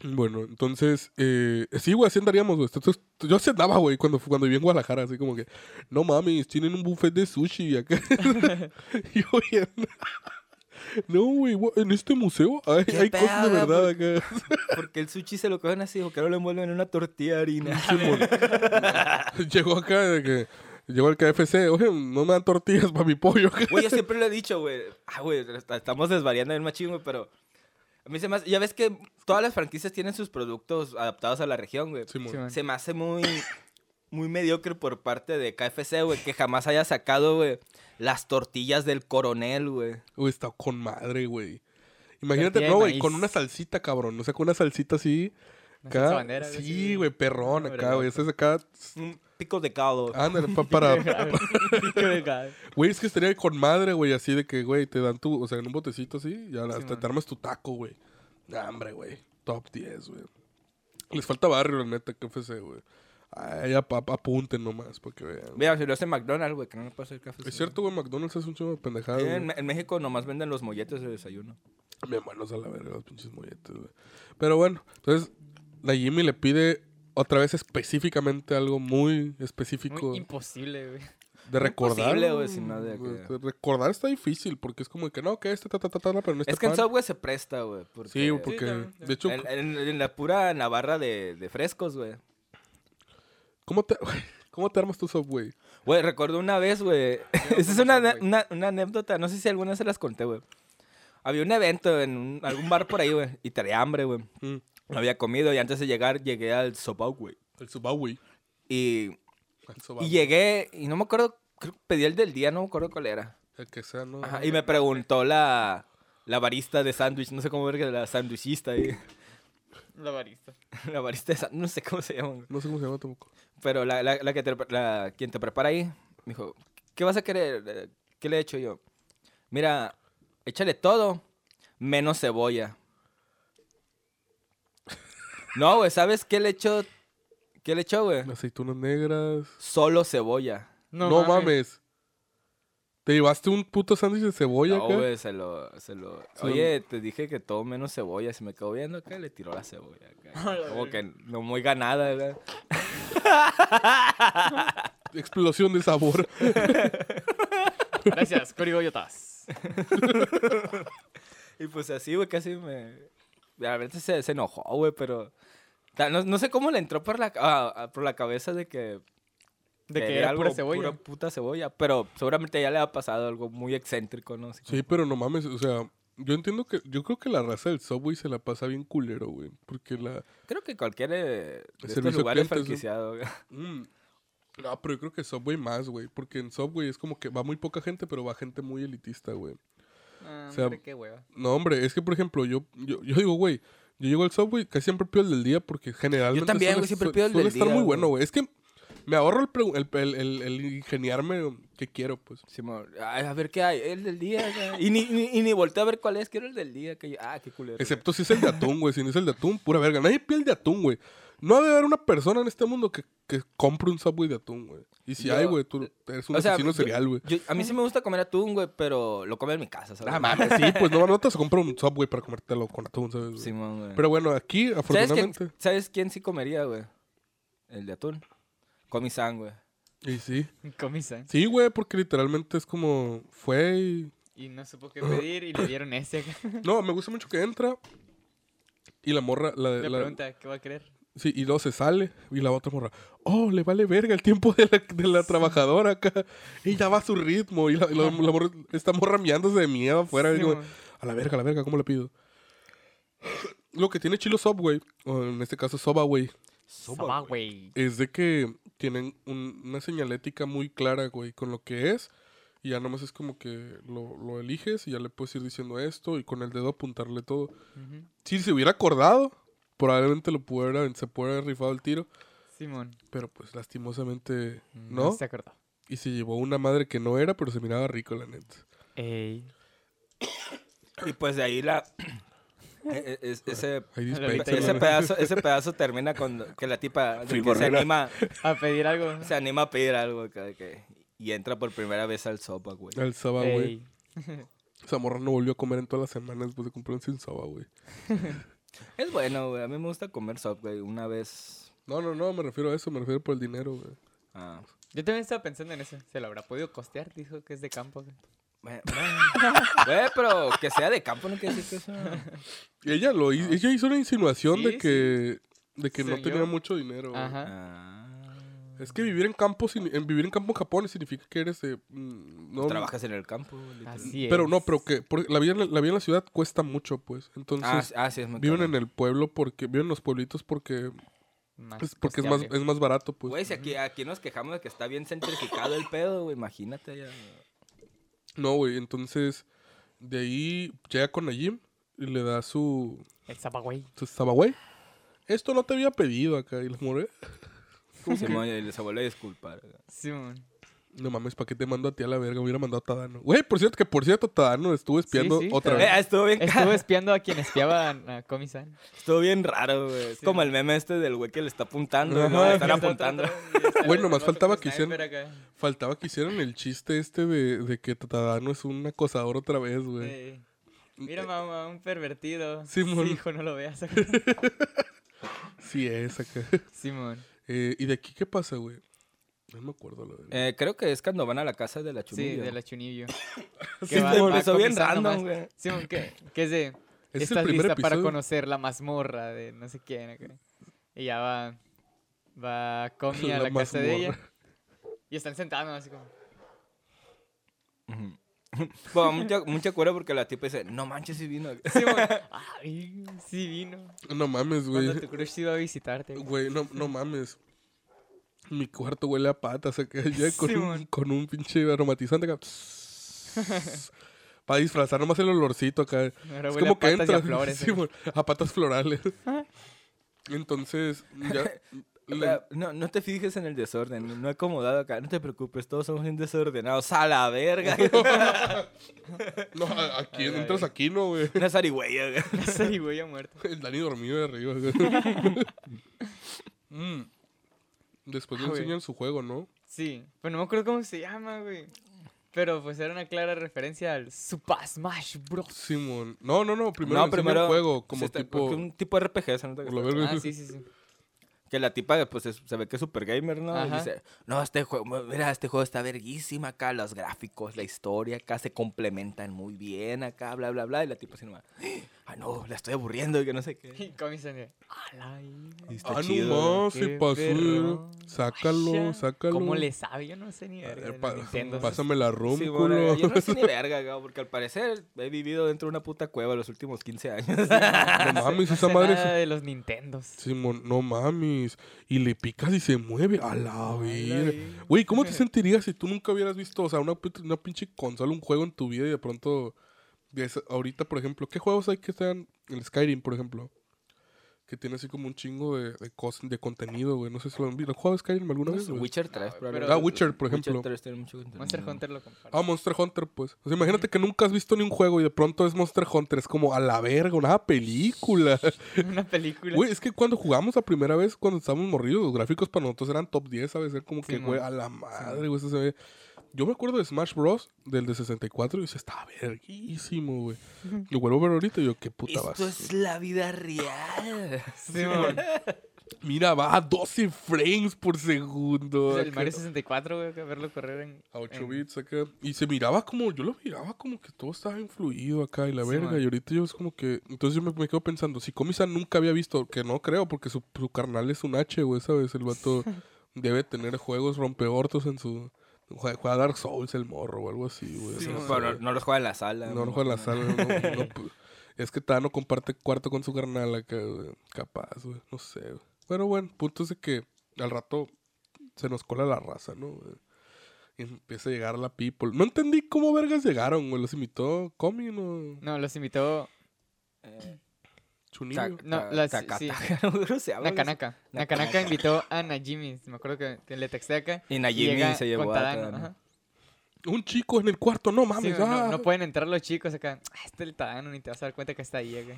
Speaker 2: Bueno, entonces, eh, sí, güey, así andaríamos, güey. Entonces, yo así andaba, güey, cuando, cuando viví en Guadalajara, así como que, no mames, tienen un buffet de sushi acá. y oye, no, güey, gua- en este museo hay,
Speaker 1: Qué
Speaker 2: hay cosas de
Speaker 1: pedo,
Speaker 2: verdad acá.
Speaker 1: Porque el sushi se lo cogen así, o que no lo envuelven en una tortilla de harina.
Speaker 2: Llegó acá, de que, llegó el KFC, oye, no me dan tortillas para mi pollo. acá.
Speaker 1: Güey, yo siempre lo he dicho, güey. Ah, güey, est- estamos desvariando bien machín, güey, pero... A mí se me hace... Ya ves que todas las franquicias tienen sus productos adaptados a la región, güey.
Speaker 2: Simón.
Speaker 3: Simón.
Speaker 1: Se me hace muy... Muy mediocre por parte de KFC, güey, que jamás haya sacado, güey, las tortillas del coronel, güey.
Speaker 2: Güey, está con madre, güey. Imagínate,
Speaker 3: Tortilla de
Speaker 2: no, güey,
Speaker 3: maíz.
Speaker 2: con una salsita, cabrón. O sea, con una salsita así.
Speaker 3: Una
Speaker 2: acá.
Speaker 3: salsa bandera, güey,
Speaker 2: sí,
Speaker 3: sí.
Speaker 2: güey, perrón,
Speaker 3: Ah,
Speaker 2: acá,
Speaker 3: verga,
Speaker 2: güey. Este es acá.
Speaker 1: Un pico de caldo.
Speaker 2: Ándale, pa- para.
Speaker 3: Qué delgado.
Speaker 2: Güey, es que estaría con madre, güey, así de que, güey, te dan tu. O sea, en un botecito así, ya hasta
Speaker 3: Simón.
Speaker 2: te armas tu taco, güey. Nah, hombre, güey. Top 10, güey. Les falta barrio, la neta, KFC, güey. Ay, ap- ap- apunten nomás, para que vean.
Speaker 1: Mira, si lo hace McDonald's, güey, que no me pasa el café.
Speaker 2: Es cierto, güey, McDonald's es un chingo de pendejada. güey.
Speaker 1: En, en México nomás venden los molletes de desayuno.
Speaker 2: Mi hermano a la verga los pinches molletes, güey. Pero bueno, entonces la Jimmy le pide otra vez específicamente algo muy específico
Speaker 3: Muy imposible, güey.
Speaker 2: de recordar.
Speaker 1: imposible, güey, sino de
Speaker 2: güey.
Speaker 1: que-
Speaker 2: Recordar está difícil porque es como que no, que este, ta, ta, ta, ta, pero no está
Speaker 1: Es que en
Speaker 2: pan.
Speaker 1: Subway se presta, güey. Porque...
Speaker 2: Sí, güey,
Speaker 3: Sí,
Speaker 2: porque
Speaker 3: también,
Speaker 2: de hecho,
Speaker 1: En, en- en la pura navarra de, de frescos, güey.
Speaker 2: ¿cómo te, ¿cómo te armas tu subway?
Speaker 1: Güey, recuerdo una vez, güey. Esa es
Speaker 3: no,
Speaker 1: una,
Speaker 3: no,
Speaker 1: ane-
Speaker 3: güey.
Speaker 1: una, una anécdota, no sé si alguna se las conté, güey. Había un evento en un- algún bar por ahí, güey, y traía hambre, güey.
Speaker 2: Mm,
Speaker 1: No había comido y antes de llegar llegué al Sobao, güey.
Speaker 2: el subway.
Speaker 1: Y,
Speaker 2: El
Speaker 1: y
Speaker 2: subway.
Speaker 1: llegué, y no me acuerdo, creo que pedí el del día, no me acuerdo cuál era.
Speaker 2: El que sea, ¿no?
Speaker 1: Ajá, y me preguntó la, la barista de sándwich, no sé cómo ver que la sándwichista, ahí.
Speaker 3: La barista.
Speaker 1: la barista de sándwich, no sé cómo se llama. güey.
Speaker 2: No sé cómo se llama tampoco.
Speaker 1: Pero la, la, la que te, la- quien te prepara ahí me dijo, ¿qué vas a querer? Eh, ¿Qué le he hecho yo? Mira, échale todo, menos cebolla. No, güey, ¿sabes qué le echó? ¿Qué le echó, güey?
Speaker 2: Aceitunas negras.
Speaker 1: Solo cebolla.
Speaker 2: No, mames. Te llevaste un puto sándwich de cebolla
Speaker 1: No,
Speaker 2: acá.
Speaker 1: güey, se lo, se lo...
Speaker 2: Se lo-
Speaker 1: Oye, te dije que todo menos cebolla. Se me quedó viendo acá, le tiró la cebolla.
Speaker 3: A
Speaker 1: Acá.
Speaker 3: la
Speaker 1: Como que
Speaker 3: verga.
Speaker 1: no muy ganada, güey.
Speaker 2: Explosión de sabor.
Speaker 3: Gracias, Código Yotas.
Speaker 1: Y pues así, güey, casi me... La verdad se, se enojó, güey, pero... ta- No, no sé cómo le entró por la, ah, ah, por la cabeza de que...
Speaker 3: De que
Speaker 1: quería
Speaker 3: era
Speaker 1: algo,
Speaker 3: pura cebolla.
Speaker 1: Pura puta cebolla. Pero seguramente ya le ha pasado algo muy excéntrico, ¿no? Así
Speaker 2: Sí, pero no mames, o sea, yo entiendo que, yo creo que la raza del Subway se la pasa bien culero, güey, porque la...
Speaker 1: como- creo que cualquier eh, de estos
Speaker 2: servicio al
Speaker 1: lugares
Speaker 2: cliente, sí.
Speaker 1: franquiciado, güey.
Speaker 2: Mm, no, pero yo creo que Subway más, güey, porque en Subway es como que va muy poca gente, pero va gente muy elitista, güey.
Speaker 3: Ah,
Speaker 2: O sea,
Speaker 3: hombre, qué hueva.
Speaker 2: No, hombre, es que, por ejemplo, yo, yo, yo digo, güey, yo llego al Subway, casi siempre pido el del día, porque generalmente...
Speaker 1: también,
Speaker 2: suele-
Speaker 1: güey, siempre
Speaker 2: su-
Speaker 1: pido el
Speaker 2: suele
Speaker 1: del
Speaker 2: estar
Speaker 1: día,
Speaker 2: muy
Speaker 1: güey.
Speaker 2: bueno, güey, es que me ahorro el, pregu- el, el, el- el ingeniarme que quiero, pues.
Speaker 1: Simón, ay, a ver qué hay, el del día. güey. Y ni, ni, y ni volteé a ver cuál es, quiero el del día. Que yo- ah, qué culero.
Speaker 2: Excepto si es el de atún, güey. Si no es el de atún, pura verga. Nadie pide el de atún, güey. No debe haber una persona en este mundo que, que compre un Subway de atún, güey. Y si
Speaker 1: Yo-
Speaker 2: hay, güey, tú eres un
Speaker 1: O sea,
Speaker 2: asesino
Speaker 1: yo-
Speaker 2: serial, güey.
Speaker 1: yo- A mí sí me gusta comer atún, güey, pero lo come en mi casa, ¿sabes?
Speaker 2: Ah, mames, sí, pues no, no te vas a comprar un Subway para comértelo con atún, ¿sabes? güey?
Speaker 1: Simón, güey.
Speaker 2: Pero bueno, aquí,
Speaker 1: ¿Sabes quién,
Speaker 2: afortunadamente.
Speaker 1: ¿Sabes quién sí comería, güey? El de atún. Con sangre güey.
Speaker 2: Y sí.
Speaker 3: Comisa.
Speaker 2: Sí, güey, porque literalmente es como. Fue y.
Speaker 3: Y no supo qué pedir y le dieron ese. acá.
Speaker 2: No, me gusta mucho que entra. Y la morra, la de.
Speaker 3: Le
Speaker 2: la-
Speaker 3: pregunta, ¿qué va a querer?
Speaker 2: Sí, y luego se sale. Y la otra morra, oh, le vale verga el tiempo de la, de la trabajadora acá. Y ya va a su ritmo. Y la, y la- la morra- está morra miándose de miedo afuera. y
Speaker 3: Sí,
Speaker 2: como,
Speaker 3: mo-
Speaker 2: a la verga, a la verga, ¿cómo le pido? lo que tiene Chilo Subway, o en este caso Subway,
Speaker 1: Soba, güey.
Speaker 3: güey.
Speaker 2: es de que tienen un- una señalética muy clara, güey, con lo que es. Y ya nomás es como que lo, lo eliges y ya le puedes ir diciendo esto y con el dedo apuntarle todo.
Speaker 3: Ujú.
Speaker 2: Si se hubiera acordado, probablemente lo pudiera, se pudiera haber rifado el tiro.
Speaker 3: Simón.
Speaker 2: Pero pues lastimosamente
Speaker 3: No
Speaker 2: no.
Speaker 3: se acordó.
Speaker 2: Y se llevó una madre que no era, pero se miraba rico, la neta.
Speaker 3: Ey.
Speaker 1: Y pues de ahí la... e- e- es- ese,
Speaker 2: Ahí
Speaker 3: La
Speaker 2: dispensa,
Speaker 3: neta,
Speaker 1: ese,
Speaker 2: la-
Speaker 1: pedazo, ese pedazo termina con que la tipa de
Speaker 4: Phil
Speaker 1: que se,
Speaker 4: Barrera.
Speaker 1: anima,
Speaker 3: A pedir algo.
Speaker 1: se anima a pedir algo. acá de que- y entra por primera vez al sopa, güey.
Speaker 2: Al Saba, güey.
Speaker 3: Ey.
Speaker 2: Esa morra no volvió a comer en toda la semana después de comprarse un Saba, güey.
Speaker 1: Es bueno, güey. A mí me gusta comer sopa, güey. Una vez...
Speaker 2: No, no, no, me refiero a eso, me refiero por el dinero, güey.
Speaker 1: ah,
Speaker 3: Yo también estaba pensando en eso. ¿Se lo habrá podido costear? Dijo que es de campo. güey.
Speaker 1: Bueno, bueno. Güey, pero que sea de campo no quiere decir que sea.
Speaker 2: Y ella lo hizo, ella hizo una insinuación
Speaker 3: Ah. Sí,
Speaker 2: de que, de que no
Speaker 3: Señor.
Speaker 2: tenía mucho dinero, güey.
Speaker 3: Ajá.
Speaker 1: ah,
Speaker 2: Es que vivir en campo, sin- en vivir en campo en Japón significa que eres de... mm, No,
Speaker 1: Trabajas en el campo. literal.
Speaker 3: Así es.
Speaker 2: Pero no, pero que por- la, vida, en la- la vida en la ciudad cuesta mucho, pues.
Speaker 1: Ah,
Speaker 2: Entonces,
Speaker 1: sí, ah, sí, es muy
Speaker 2: viven
Speaker 1: caro.
Speaker 2: en el pueblo porque... Viven en los pueblitos porque
Speaker 3: Más
Speaker 2: es, porque es, más,
Speaker 3: costeable.
Speaker 2: es más barato, pues.
Speaker 1: Güey, si aquí, aquí nos quejamos de que está bien centrificado el pedo, güey. Imagínate ya.
Speaker 2: No, güey, entonces... De ahí llega con Najim y le da su...
Speaker 3: El zapa, güey.
Speaker 2: su Saba, güey. Esto no te había pedido acá. Y eh, la moré.
Speaker 1: Simón, y se vuelve a disculpar. güey.
Speaker 3: Simón.
Speaker 2: No mames, ¿para qué te mando a ti a la verga? Me hubiera mandado a Tadano. Güey, por cierto, que por cierto, Tadano estuvo espiando
Speaker 3: sí,
Speaker 2: otra
Speaker 3: Tadano.
Speaker 1: Eh,
Speaker 2: vez.
Speaker 1: estuvo bien, ca-
Speaker 3: Estuve espiando a quien espiaba a, a Komi-san.
Speaker 1: estuvo bien raro, güey. Es
Speaker 3: Sí.
Speaker 1: como el meme este del güey que le está apuntando.
Speaker 2: Ajá.
Speaker 1: ¿no? Le están apuntando.
Speaker 2: Güey, nomás faltaba que
Speaker 3: Sniper
Speaker 2: hicieran-
Speaker 3: acá.
Speaker 2: Faltaba que hicieran el chiste este de, de que Tadano es un acosador otra vez, güey.
Speaker 3: Ey. Mira, mamá, un pervertido.
Speaker 2: Simón.
Speaker 3: Sí, hijo, no lo veas.
Speaker 2: Sí, es acá.
Speaker 3: Simón.
Speaker 2: Eh, ¿Y de aquí qué pasa, güey? No me acuerdo la verdad.
Speaker 1: Eh, creo que es cuando van a la casa de la
Speaker 3: Sí,
Speaker 1: chumilla.
Speaker 3: de la Chunibio. Que
Speaker 1: Sí,
Speaker 3: va-
Speaker 1: te
Speaker 3: va
Speaker 1: empezó bien
Speaker 3: Komi-san
Speaker 1: random,
Speaker 3: nomás.
Speaker 1: güey.
Speaker 3: Simón, que, que es de.
Speaker 2: Ese es el
Speaker 3: Estás
Speaker 2: primer
Speaker 3: lista para
Speaker 2: episodio.
Speaker 3: conocer la mazmorra de no sé quién. acá. Y ya va. Va Comi a
Speaker 2: La
Speaker 3: la, casa de ella.
Speaker 2: mazmorra.
Speaker 3: Y están sentados así como.
Speaker 1: Ujú. Bueno, mucha, mucha cura porque la tipa dice, no manches si vino.
Speaker 3: Simón. Ay, sí vino.
Speaker 2: No mames, güey.
Speaker 3: Cuando tu crush iba a visitarte.
Speaker 2: Güey, no, no mames. Mi cuarto huele a patas acá ya con, un,
Speaker 3: Simón.
Speaker 2: con un pinche aromatizante acá. Para disfrazar nomás el olorcito acá.
Speaker 3: Ahora
Speaker 2: es
Speaker 3: huele
Speaker 2: como
Speaker 3: a
Speaker 2: que
Speaker 3: patas y a
Speaker 2: entra.
Speaker 3: flores. ¿eh?
Speaker 2: sí,
Speaker 3: acá.
Speaker 2: bueno, a patas florales. Entonces, ya. le-
Speaker 1: La- No, no te fijes en el desorden, no he acomodado acá, no te preocupes, todos somos bien desordenados. ¡A la verga!
Speaker 2: no, a- aquí
Speaker 3: Ay, ay,
Speaker 2: entras
Speaker 3: ay.
Speaker 2: aquí, no, güey.
Speaker 1: Una zarigüeya, güey.
Speaker 3: Sí, güey, ya muerto.
Speaker 2: El Dani dormido de arriba. güey. Mm. Después le
Speaker 3: Ah, güey.
Speaker 2: enseñan su juego, ¿no?
Speaker 3: Sí, pero no me acuerdo cómo se llama, güey. Pero pues era una clara referencia al Super Smash Bros.
Speaker 2: Simón. No, no, no. Primero le enseñan el juego. Como
Speaker 1: sí está-
Speaker 2: tipo.
Speaker 1: porque Un tipo RPG, se nota que
Speaker 2: Por lo
Speaker 1: está-
Speaker 2: verga.
Speaker 3: Ah, sí, sí, sí.
Speaker 1: Que la tipa, pues, es- se ve que es super gamer, ¿no? Y
Speaker 3: Ajá.
Speaker 1: dice, no, este juego, mira, este juego está verguísima acá, los gráficos, la historia acá se complementan muy bien acá, bla, bla, bla. Y la tipa así nomás, ah, no, la estoy aburriendo y que no sé qué.
Speaker 3: Y Comi-san de, "Ala, y-
Speaker 1: Y está
Speaker 2: Ah,
Speaker 1: chido,
Speaker 2: no más,
Speaker 3: Qué
Speaker 2: se pasó.
Speaker 3: perro.
Speaker 2: Sácalo,
Speaker 3: Vaya,
Speaker 2: sácalo.
Speaker 3: ¿Cómo le sabe? Yo no sé ni
Speaker 2: A
Speaker 3: verga
Speaker 2: ver,
Speaker 3: de los
Speaker 2: pa-
Speaker 3: Nintendo.
Speaker 2: Pásame la rom,
Speaker 1: Sí, bueno,
Speaker 2: culo.
Speaker 1: yo no sé ni verga, gao, porque al parecer he vivido dentro de una puta cueva los últimos 15 años.
Speaker 2: no mames,
Speaker 3: No
Speaker 2: esa
Speaker 3: sé
Speaker 2: madre.
Speaker 3: nada
Speaker 2: se-
Speaker 3: de los Nintendos.
Speaker 2: Simón, no mames. Y le picas y se mueve. A la vida.
Speaker 3: vida.
Speaker 2: Güey, ¿cómo te sentirías si tú nunca hubieras visto, o sea, una, put- una pinche consola, un juego en tu vida y de pronto. ves ahorita, por ejemplo, ¿qué juegos hay que sean? El Skyrim, por ejemplo. Que tiene así como un chingo de, de, cos- de contenido, güey. No sé si lo han visto. ¿Has jugado Skyrim alguna vez? güey?
Speaker 1: Witcher 3, probablemente.
Speaker 2: Ah, Witcher, por ejemplo.
Speaker 1: 3 tiene mucho contenido.
Speaker 3: Monster Hunter lo comparte.
Speaker 2: Ah, Monster Hunter, pues. O sea, imagínate que nunca has visto ni un juego y de pronto es Monster Hunter. Es como a la verga, una película.
Speaker 3: Una película.
Speaker 2: Güey, es que cuando jugamos la primera vez, cuando estábamos morridos, los gráficos para nosotros eran top 10, ¿sabes? Era como que,
Speaker 3: Sí,
Speaker 2: güey,
Speaker 3: mon.
Speaker 2: a la madre, güey, eso se ve. Yo me acuerdo de Smash Bros. del de 64 y decía, está verguísimo, güey. Lo vuelvo a ver ahorita y yo, qué puta vas.
Speaker 1: Esto es la vida real.
Speaker 3: Simón.
Speaker 2: Mira, va a 12 frames por segundo.
Speaker 3: El
Speaker 2: acá.
Speaker 3: Mario 64, güey, que verlo correr en...
Speaker 2: A 8
Speaker 3: en-
Speaker 2: bits acá. Y se miraba como, yo lo miraba como que todo estaba influido acá y la
Speaker 3: Sí,
Speaker 2: verga.
Speaker 3: man.
Speaker 2: Y ahorita yo es como que. Entonces yo me, me quedo pensando, si Comisan nunca había visto, que no creo, porque su, su carnal es un H, güey, ¿sabes? El vato debe tener juegos rompeortos en su. Juega, juega Dark Souls el morro o algo así, güey.
Speaker 3: Sí,
Speaker 2: no
Speaker 3: man.
Speaker 2: sé.
Speaker 1: Pero no, no los juega en la sala.
Speaker 2: No, no juega en la sala. no, no, pues. Es que Tano comparte cuarto con su carnal acá, güey. Capaz, güey. No sé, güey. Pero bueno, punto es de que al rato se nos cola la raza, ¿no? güey? Y empieza a llegar la people. No entendí cómo vergas llegaron, güey. Los imitó Comi, ¿no?
Speaker 3: No, los
Speaker 1: Ah,
Speaker 3: invitó
Speaker 2: Chunillo.
Speaker 3: No,
Speaker 1: no,
Speaker 3: las-
Speaker 1: las,
Speaker 3: sí. Nakanaka.
Speaker 1: Nakanaka.
Speaker 3: Nakanaka invitó a Najimi. Me acuerdo que, que le texté acá.
Speaker 1: Y Najimi
Speaker 3: llega
Speaker 1: se llevó
Speaker 3: con
Speaker 1: a
Speaker 3: Tadano,
Speaker 1: Tadano.
Speaker 3: ajá.
Speaker 2: Un chico en el cuarto, no
Speaker 3: Sí,
Speaker 2: mames.
Speaker 3: güey,
Speaker 2: ah.
Speaker 3: no, no pueden entrar los chicos acá. Ah, Este es el Tadano, ni te vas a dar cuenta que está ahí, eh, güey.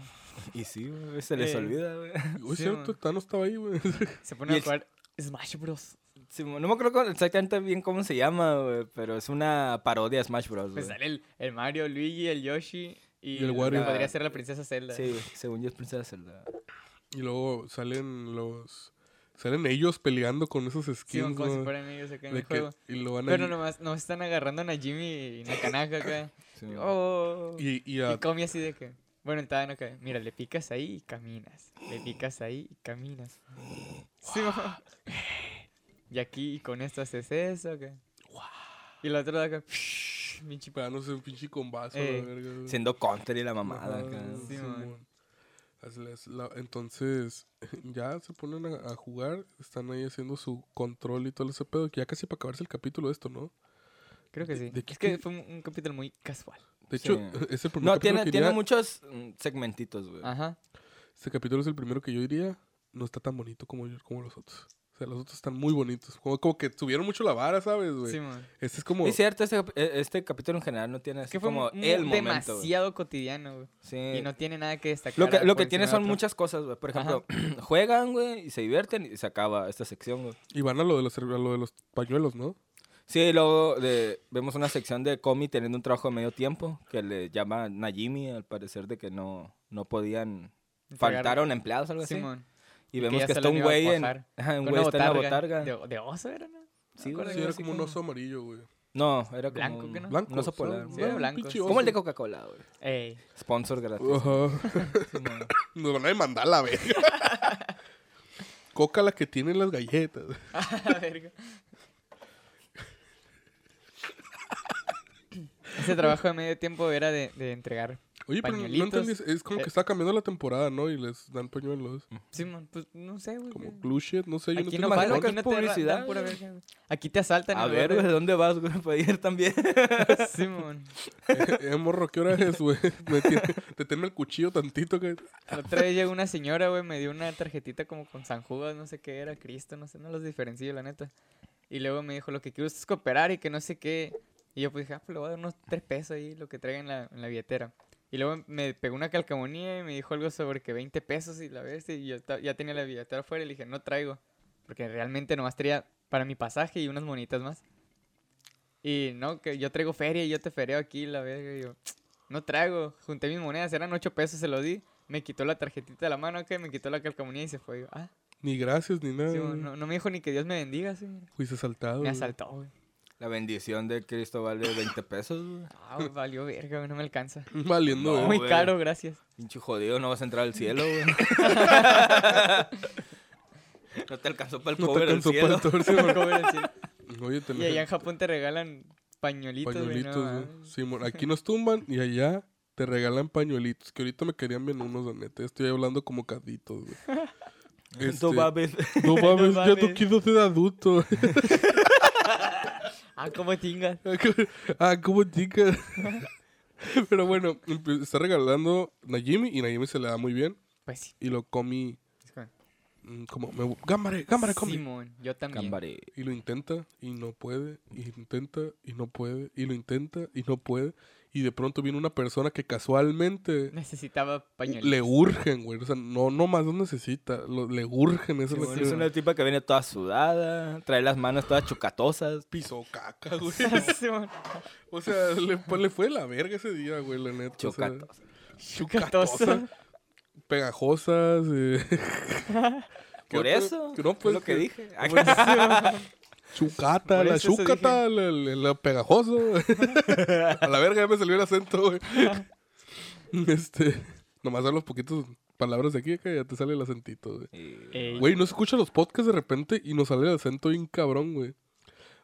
Speaker 1: Y sí, güey, se les
Speaker 3: Eh.
Speaker 1: olvida, güey.
Speaker 2: Uy,
Speaker 3: Sí,
Speaker 2: cierto,
Speaker 3: güey.
Speaker 2: Tano estaba ahí, güey.
Speaker 3: Se ponen
Speaker 1: Y
Speaker 3: a
Speaker 1: el-
Speaker 3: jugar Smash Bros.
Speaker 1: Sí, mo- no me acuerdo con- exactamente bien cómo se llama, güey, pero es una parodia de Smash Bros.
Speaker 3: Pues
Speaker 1: güey.
Speaker 3: sale el, el Mario, Luigi, el Yoshi y,
Speaker 2: Y el
Speaker 3: lo que
Speaker 2: Wario.
Speaker 3: podría ser la princesa Zelda.
Speaker 1: Sí, güey, según yo es Princesa Zelda.
Speaker 2: Y luego salen los. Salen ellos peleando con esos
Speaker 3: Sí,
Speaker 2: skins.
Speaker 3: como si
Speaker 2: ¿no?
Speaker 3: fueran ellos acá en
Speaker 2: De
Speaker 3: el
Speaker 2: que-
Speaker 3: juego.
Speaker 2: y lo van a.
Speaker 3: Pero nomás, nomás están agarrando a Najimi y Nakanaka acá.
Speaker 1: Sí,
Speaker 3: Y,
Speaker 1: güey.
Speaker 3: oh.
Speaker 2: y, y a-
Speaker 3: Y Comi así de que. Bueno, el Tadano acá. Mira, le picas ahí y caminas. Le picas ahí y caminas. Sí, mamá. Y aquí y con esto haces eso acá. Y la otra de acá. Bien chip-
Speaker 2: pegándose un pinche combazo.
Speaker 3: Eh,
Speaker 2: la verga, güey.
Speaker 1: Siendo country la mamada.
Speaker 2: Ajá,
Speaker 1: acá.
Speaker 3: Sí,
Speaker 2: Simón.
Speaker 3: man.
Speaker 2: Así es, la- entonces, ya se ponen a, a jugar, están ahí haciendo su control y todo ese pedo, que ya casi para acabarse el capítulo de esto, ¿no?
Speaker 3: Creo que sí.
Speaker 2: de qué-
Speaker 3: Es que fue un, un capítulo muy casual.
Speaker 2: De
Speaker 1: Sí.
Speaker 2: hecho, es el primer
Speaker 1: No,
Speaker 2: capítulo
Speaker 1: tiene,
Speaker 2: que
Speaker 1: tiene
Speaker 2: iría-
Speaker 1: muchos mm, segmentitos, güey.
Speaker 3: Ajá.
Speaker 2: Este capítulo es el primero que yo diría, no está tan bonito como, yo- como los otros. O sea, los otros están muy bonitos. Como, como que subieron mucho la vara, ¿sabes, güey?
Speaker 3: Sí, man.
Speaker 2: Este es como...
Speaker 1: Es cierto, este, cap- e- este capítulo en general no tiene así
Speaker 3: Que fue
Speaker 1: como
Speaker 3: mu-
Speaker 1: el momento. güey.
Speaker 3: demasiado cotidiano, güey.
Speaker 1: Sí.
Speaker 3: Y no tiene nada que destacar.
Speaker 1: Lo que, lo
Speaker 3: por
Speaker 1: que
Speaker 3: encima
Speaker 1: tiene
Speaker 3: de
Speaker 1: son
Speaker 3: otro.
Speaker 1: muchas cosas, güey. Por ejemplo, juegan, güey, y se divierten y se acaba esta sección, güey.
Speaker 2: Y van a lo, de los, a lo de los pañuelos, ¿no?
Speaker 1: Sí, y luego de- vemos una sección de Comi teniendo un trabajo de medio tiempo que le llama Najimi, al parecer de que no, no podían...
Speaker 3: Entregar-
Speaker 1: Faltaron empleados, algo así.
Speaker 3: Simón.
Speaker 1: Y
Speaker 3: Y
Speaker 1: vemos
Speaker 3: que ya
Speaker 1: que,
Speaker 3: se
Speaker 1: está
Speaker 3: lo
Speaker 1: un
Speaker 3: iba a
Speaker 1: güey en,
Speaker 3: cuajar.
Speaker 1: ajá, un
Speaker 3: Con
Speaker 1: güey
Speaker 3: una
Speaker 1: está en la
Speaker 3: botarga.
Speaker 1: botarga.
Speaker 3: De, de oso era, ¿no?
Speaker 1: Sí,
Speaker 3: Acuérdate,
Speaker 2: Sí, era
Speaker 1: así
Speaker 2: como un oso amarillo, güey.
Speaker 1: No, era
Speaker 3: Blanco,
Speaker 1: como
Speaker 3: ¿qué
Speaker 1: un-
Speaker 3: no?
Speaker 2: Blanco.
Speaker 1: un oso
Speaker 2: o sea,
Speaker 1: polar.
Speaker 2: un
Speaker 1: güey.
Speaker 3: Sí, era blanco,
Speaker 2: pinche
Speaker 3: sí.
Speaker 2: oso.
Speaker 1: Como el de Coca-Cola, güey.
Speaker 3: Ey.
Speaker 1: Sponsor gratis.
Speaker 2: Ajá. Nos van a demandar la verga. Coca la que tiene las galletas.
Speaker 3: A verga. Ese trabajo de medio tiempo era de, de entregar.
Speaker 2: Oye, pero no- no
Speaker 3: Pañuelitos. Eh.
Speaker 2: entendí. Es como que está cambiando la temporada, ¿no? Y les dan pañuelos.
Speaker 3: Sí, man, pues no sé, güey.
Speaker 2: Como
Speaker 3: que-
Speaker 2: glue shit, no sé. Yo no
Speaker 3: Aquí no,
Speaker 2: entiendo
Speaker 1: más
Speaker 3: vale,
Speaker 1: lo
Speaker 2: por
Speaker 1: que
Speaker 3: aquí
Speaker 2: dónde-
Speaker 3: no
Speaker 1: es
Speaker 3: te ra-
Speaker 1: publicidad,
Speaker 3: dan pura
Speaker 1: güey.
Speaker 3: verga, güey. Aquí te asaltan.
Speaker 1: A
Speaker 3: en el
Speaker 1: ver, güey, ¿de
Speaker 3: barrio.
Speaker 1: dónde vas, güey? Para ir también.
Speaker 3: Sí, man.
Speaker 2: Eh, eh, morro, ¿qué hora es, güey? Me tiene- Te tengo el cuchillo tantito que...
Speaker 3: La otra vez llegó una señora, güey, me dio una tarjetita como con San Judas, no sé qué era, Cristo, no sé, no los diferencio, la neta. Y luego me dijo, lo que quiero es cooperar y que no sé qué. Y yo pues dije, ah, pues le voy a dar unos tres pesos ahí, lo que traiga en la, en la billetera. Y luego me pegó una calcamonía y me dijo algo sobre que 20 pesos y la vez, y yo ta- ya tenía la billetera afuera y le dije, no traigo. Porque realmente nomás traía para mi pasaje y unas monitas más. Y no, que yo traigo feria y yo te fereo aquí, la verga. Y yo, no traigo. Junté mis monedas, eran 8 pesos, se lo di. Me quitó la tarjetita de la mano, que me quitó la calcamonía y se fue. Yo, ah,
Speaker 2: Ni gracias, ni nada.
Speaker 3: sí,
Speaker 2: güey.
Speaker 3: bueno, no, no me dijo ni que Dios me bendiga, sí. mira.
Speaker 2: Fuiste asaltado.
Speaker 3: Me
Speaker 2: güey.
Speaker 3: asaltó, güey.
Speaker 1: La bendición de Cristo vale 20 pesos, güey.
Speaker 3: Ah, güey, valió verga, güey, no me alcanza.
Speaker 2: Valiendo,
Speaker 1: No,
Speaker 2: güey.
Speaker 3: Muy
Speaker 1: güey.
Speaker 3: caro, gracias.
Speaker 1: Pinche jodido, no vas a entrar al cielo, güey. no te alcanzó para el
Speaker 2: No te
Speaker 1: cover del
Speaker 2: alcanzó para
Speaker 1: cielo.
Speaker 2: el torso.
Speaker 3: Como cobran cien.
Speaker 2: Oye, te
Speaker 3: y allá en Japón te regalan pañuelitos, güey.
Speaker 2: Pañuelitos,
Speaker 3: no
Speaker 2: güey.
Speaker 3: mames.
Speaker 2: Simón, aquí nos tumban y allá te regalan pañuelitos. Que ahorita me querían bien unos, la neta. Estoy hablando como caditos, güey. Este,
Speaker 1: No mames.
Speaker 2: No mames,
Speaker 3: No
Speaker 2: ya
Speaker 3: mames.
Speaker 2: no quiero ser adulto.
Speaker 3: Ah, cómo tingas.
Speaker 2: ah, como chica. Pero bueno, empe- está regalando Najimi y Najimi se le da muy bien.
Speaker 3: Pues sí.
Speaker 2: Y lo comí
Speaker 3: es como,
Speaker 2: mm, como, me, gámbare, gámbare, comi.
Speaker 3: Simón, yo también.
Speaker 1: Cambare.
Speaker 2: Y lo intenta y no puede, y intenta y no puede, y lo intenta y no puede. Y de pronto viene una persona que casualmente
Speaker 3: Necesitaba pañuelitos.
Speaker 2: le urgen, güey. O sea, no, no más lo necesita, lo- le urgen. Eso
Speaker 1: Sí,
Speaker 2: es lo
Speaker 1: bueno,
Speaker 2: que-
Speaker 1: es una tipa que viene toda sudada, trae las manos todas chucatosas.
Speaker 2: Pisó caca, güey.
Speaker 3: Simón.
Speaker 2: O sea, le, fue- le fue de la verga ese día, güey, la neta. o sea,
Speaker 1: Chucatosas.
Speaker 2: Chucatosa. Pegajosas. eh. ¿Qué
Speaker 1: Por
Speaker 2: otra-
Speaker 1: eso,
Speaker 2: que no,
Speaker 1: es
Speaker 2: pues,
Speaker 1: lo que
Speaker 2: que-
Speaker 1: dije.
Speaker 2: Chucata,
Speaker 3: Por
Speaker 2: la
Speaker 3: eso se
Speaker 2: chucata, la, la- la pegajosa. A la verga ya me salió el acento, güey. Este, nomás hablo poquitos palabras de aquí que ya te sale el acentito, güey.
Speaker 1: Y-
Speaker 3: Ey,
Speaker 2: Güey, no se escucha los podcasts de repente y nos sale el acento bien cabrón, güey.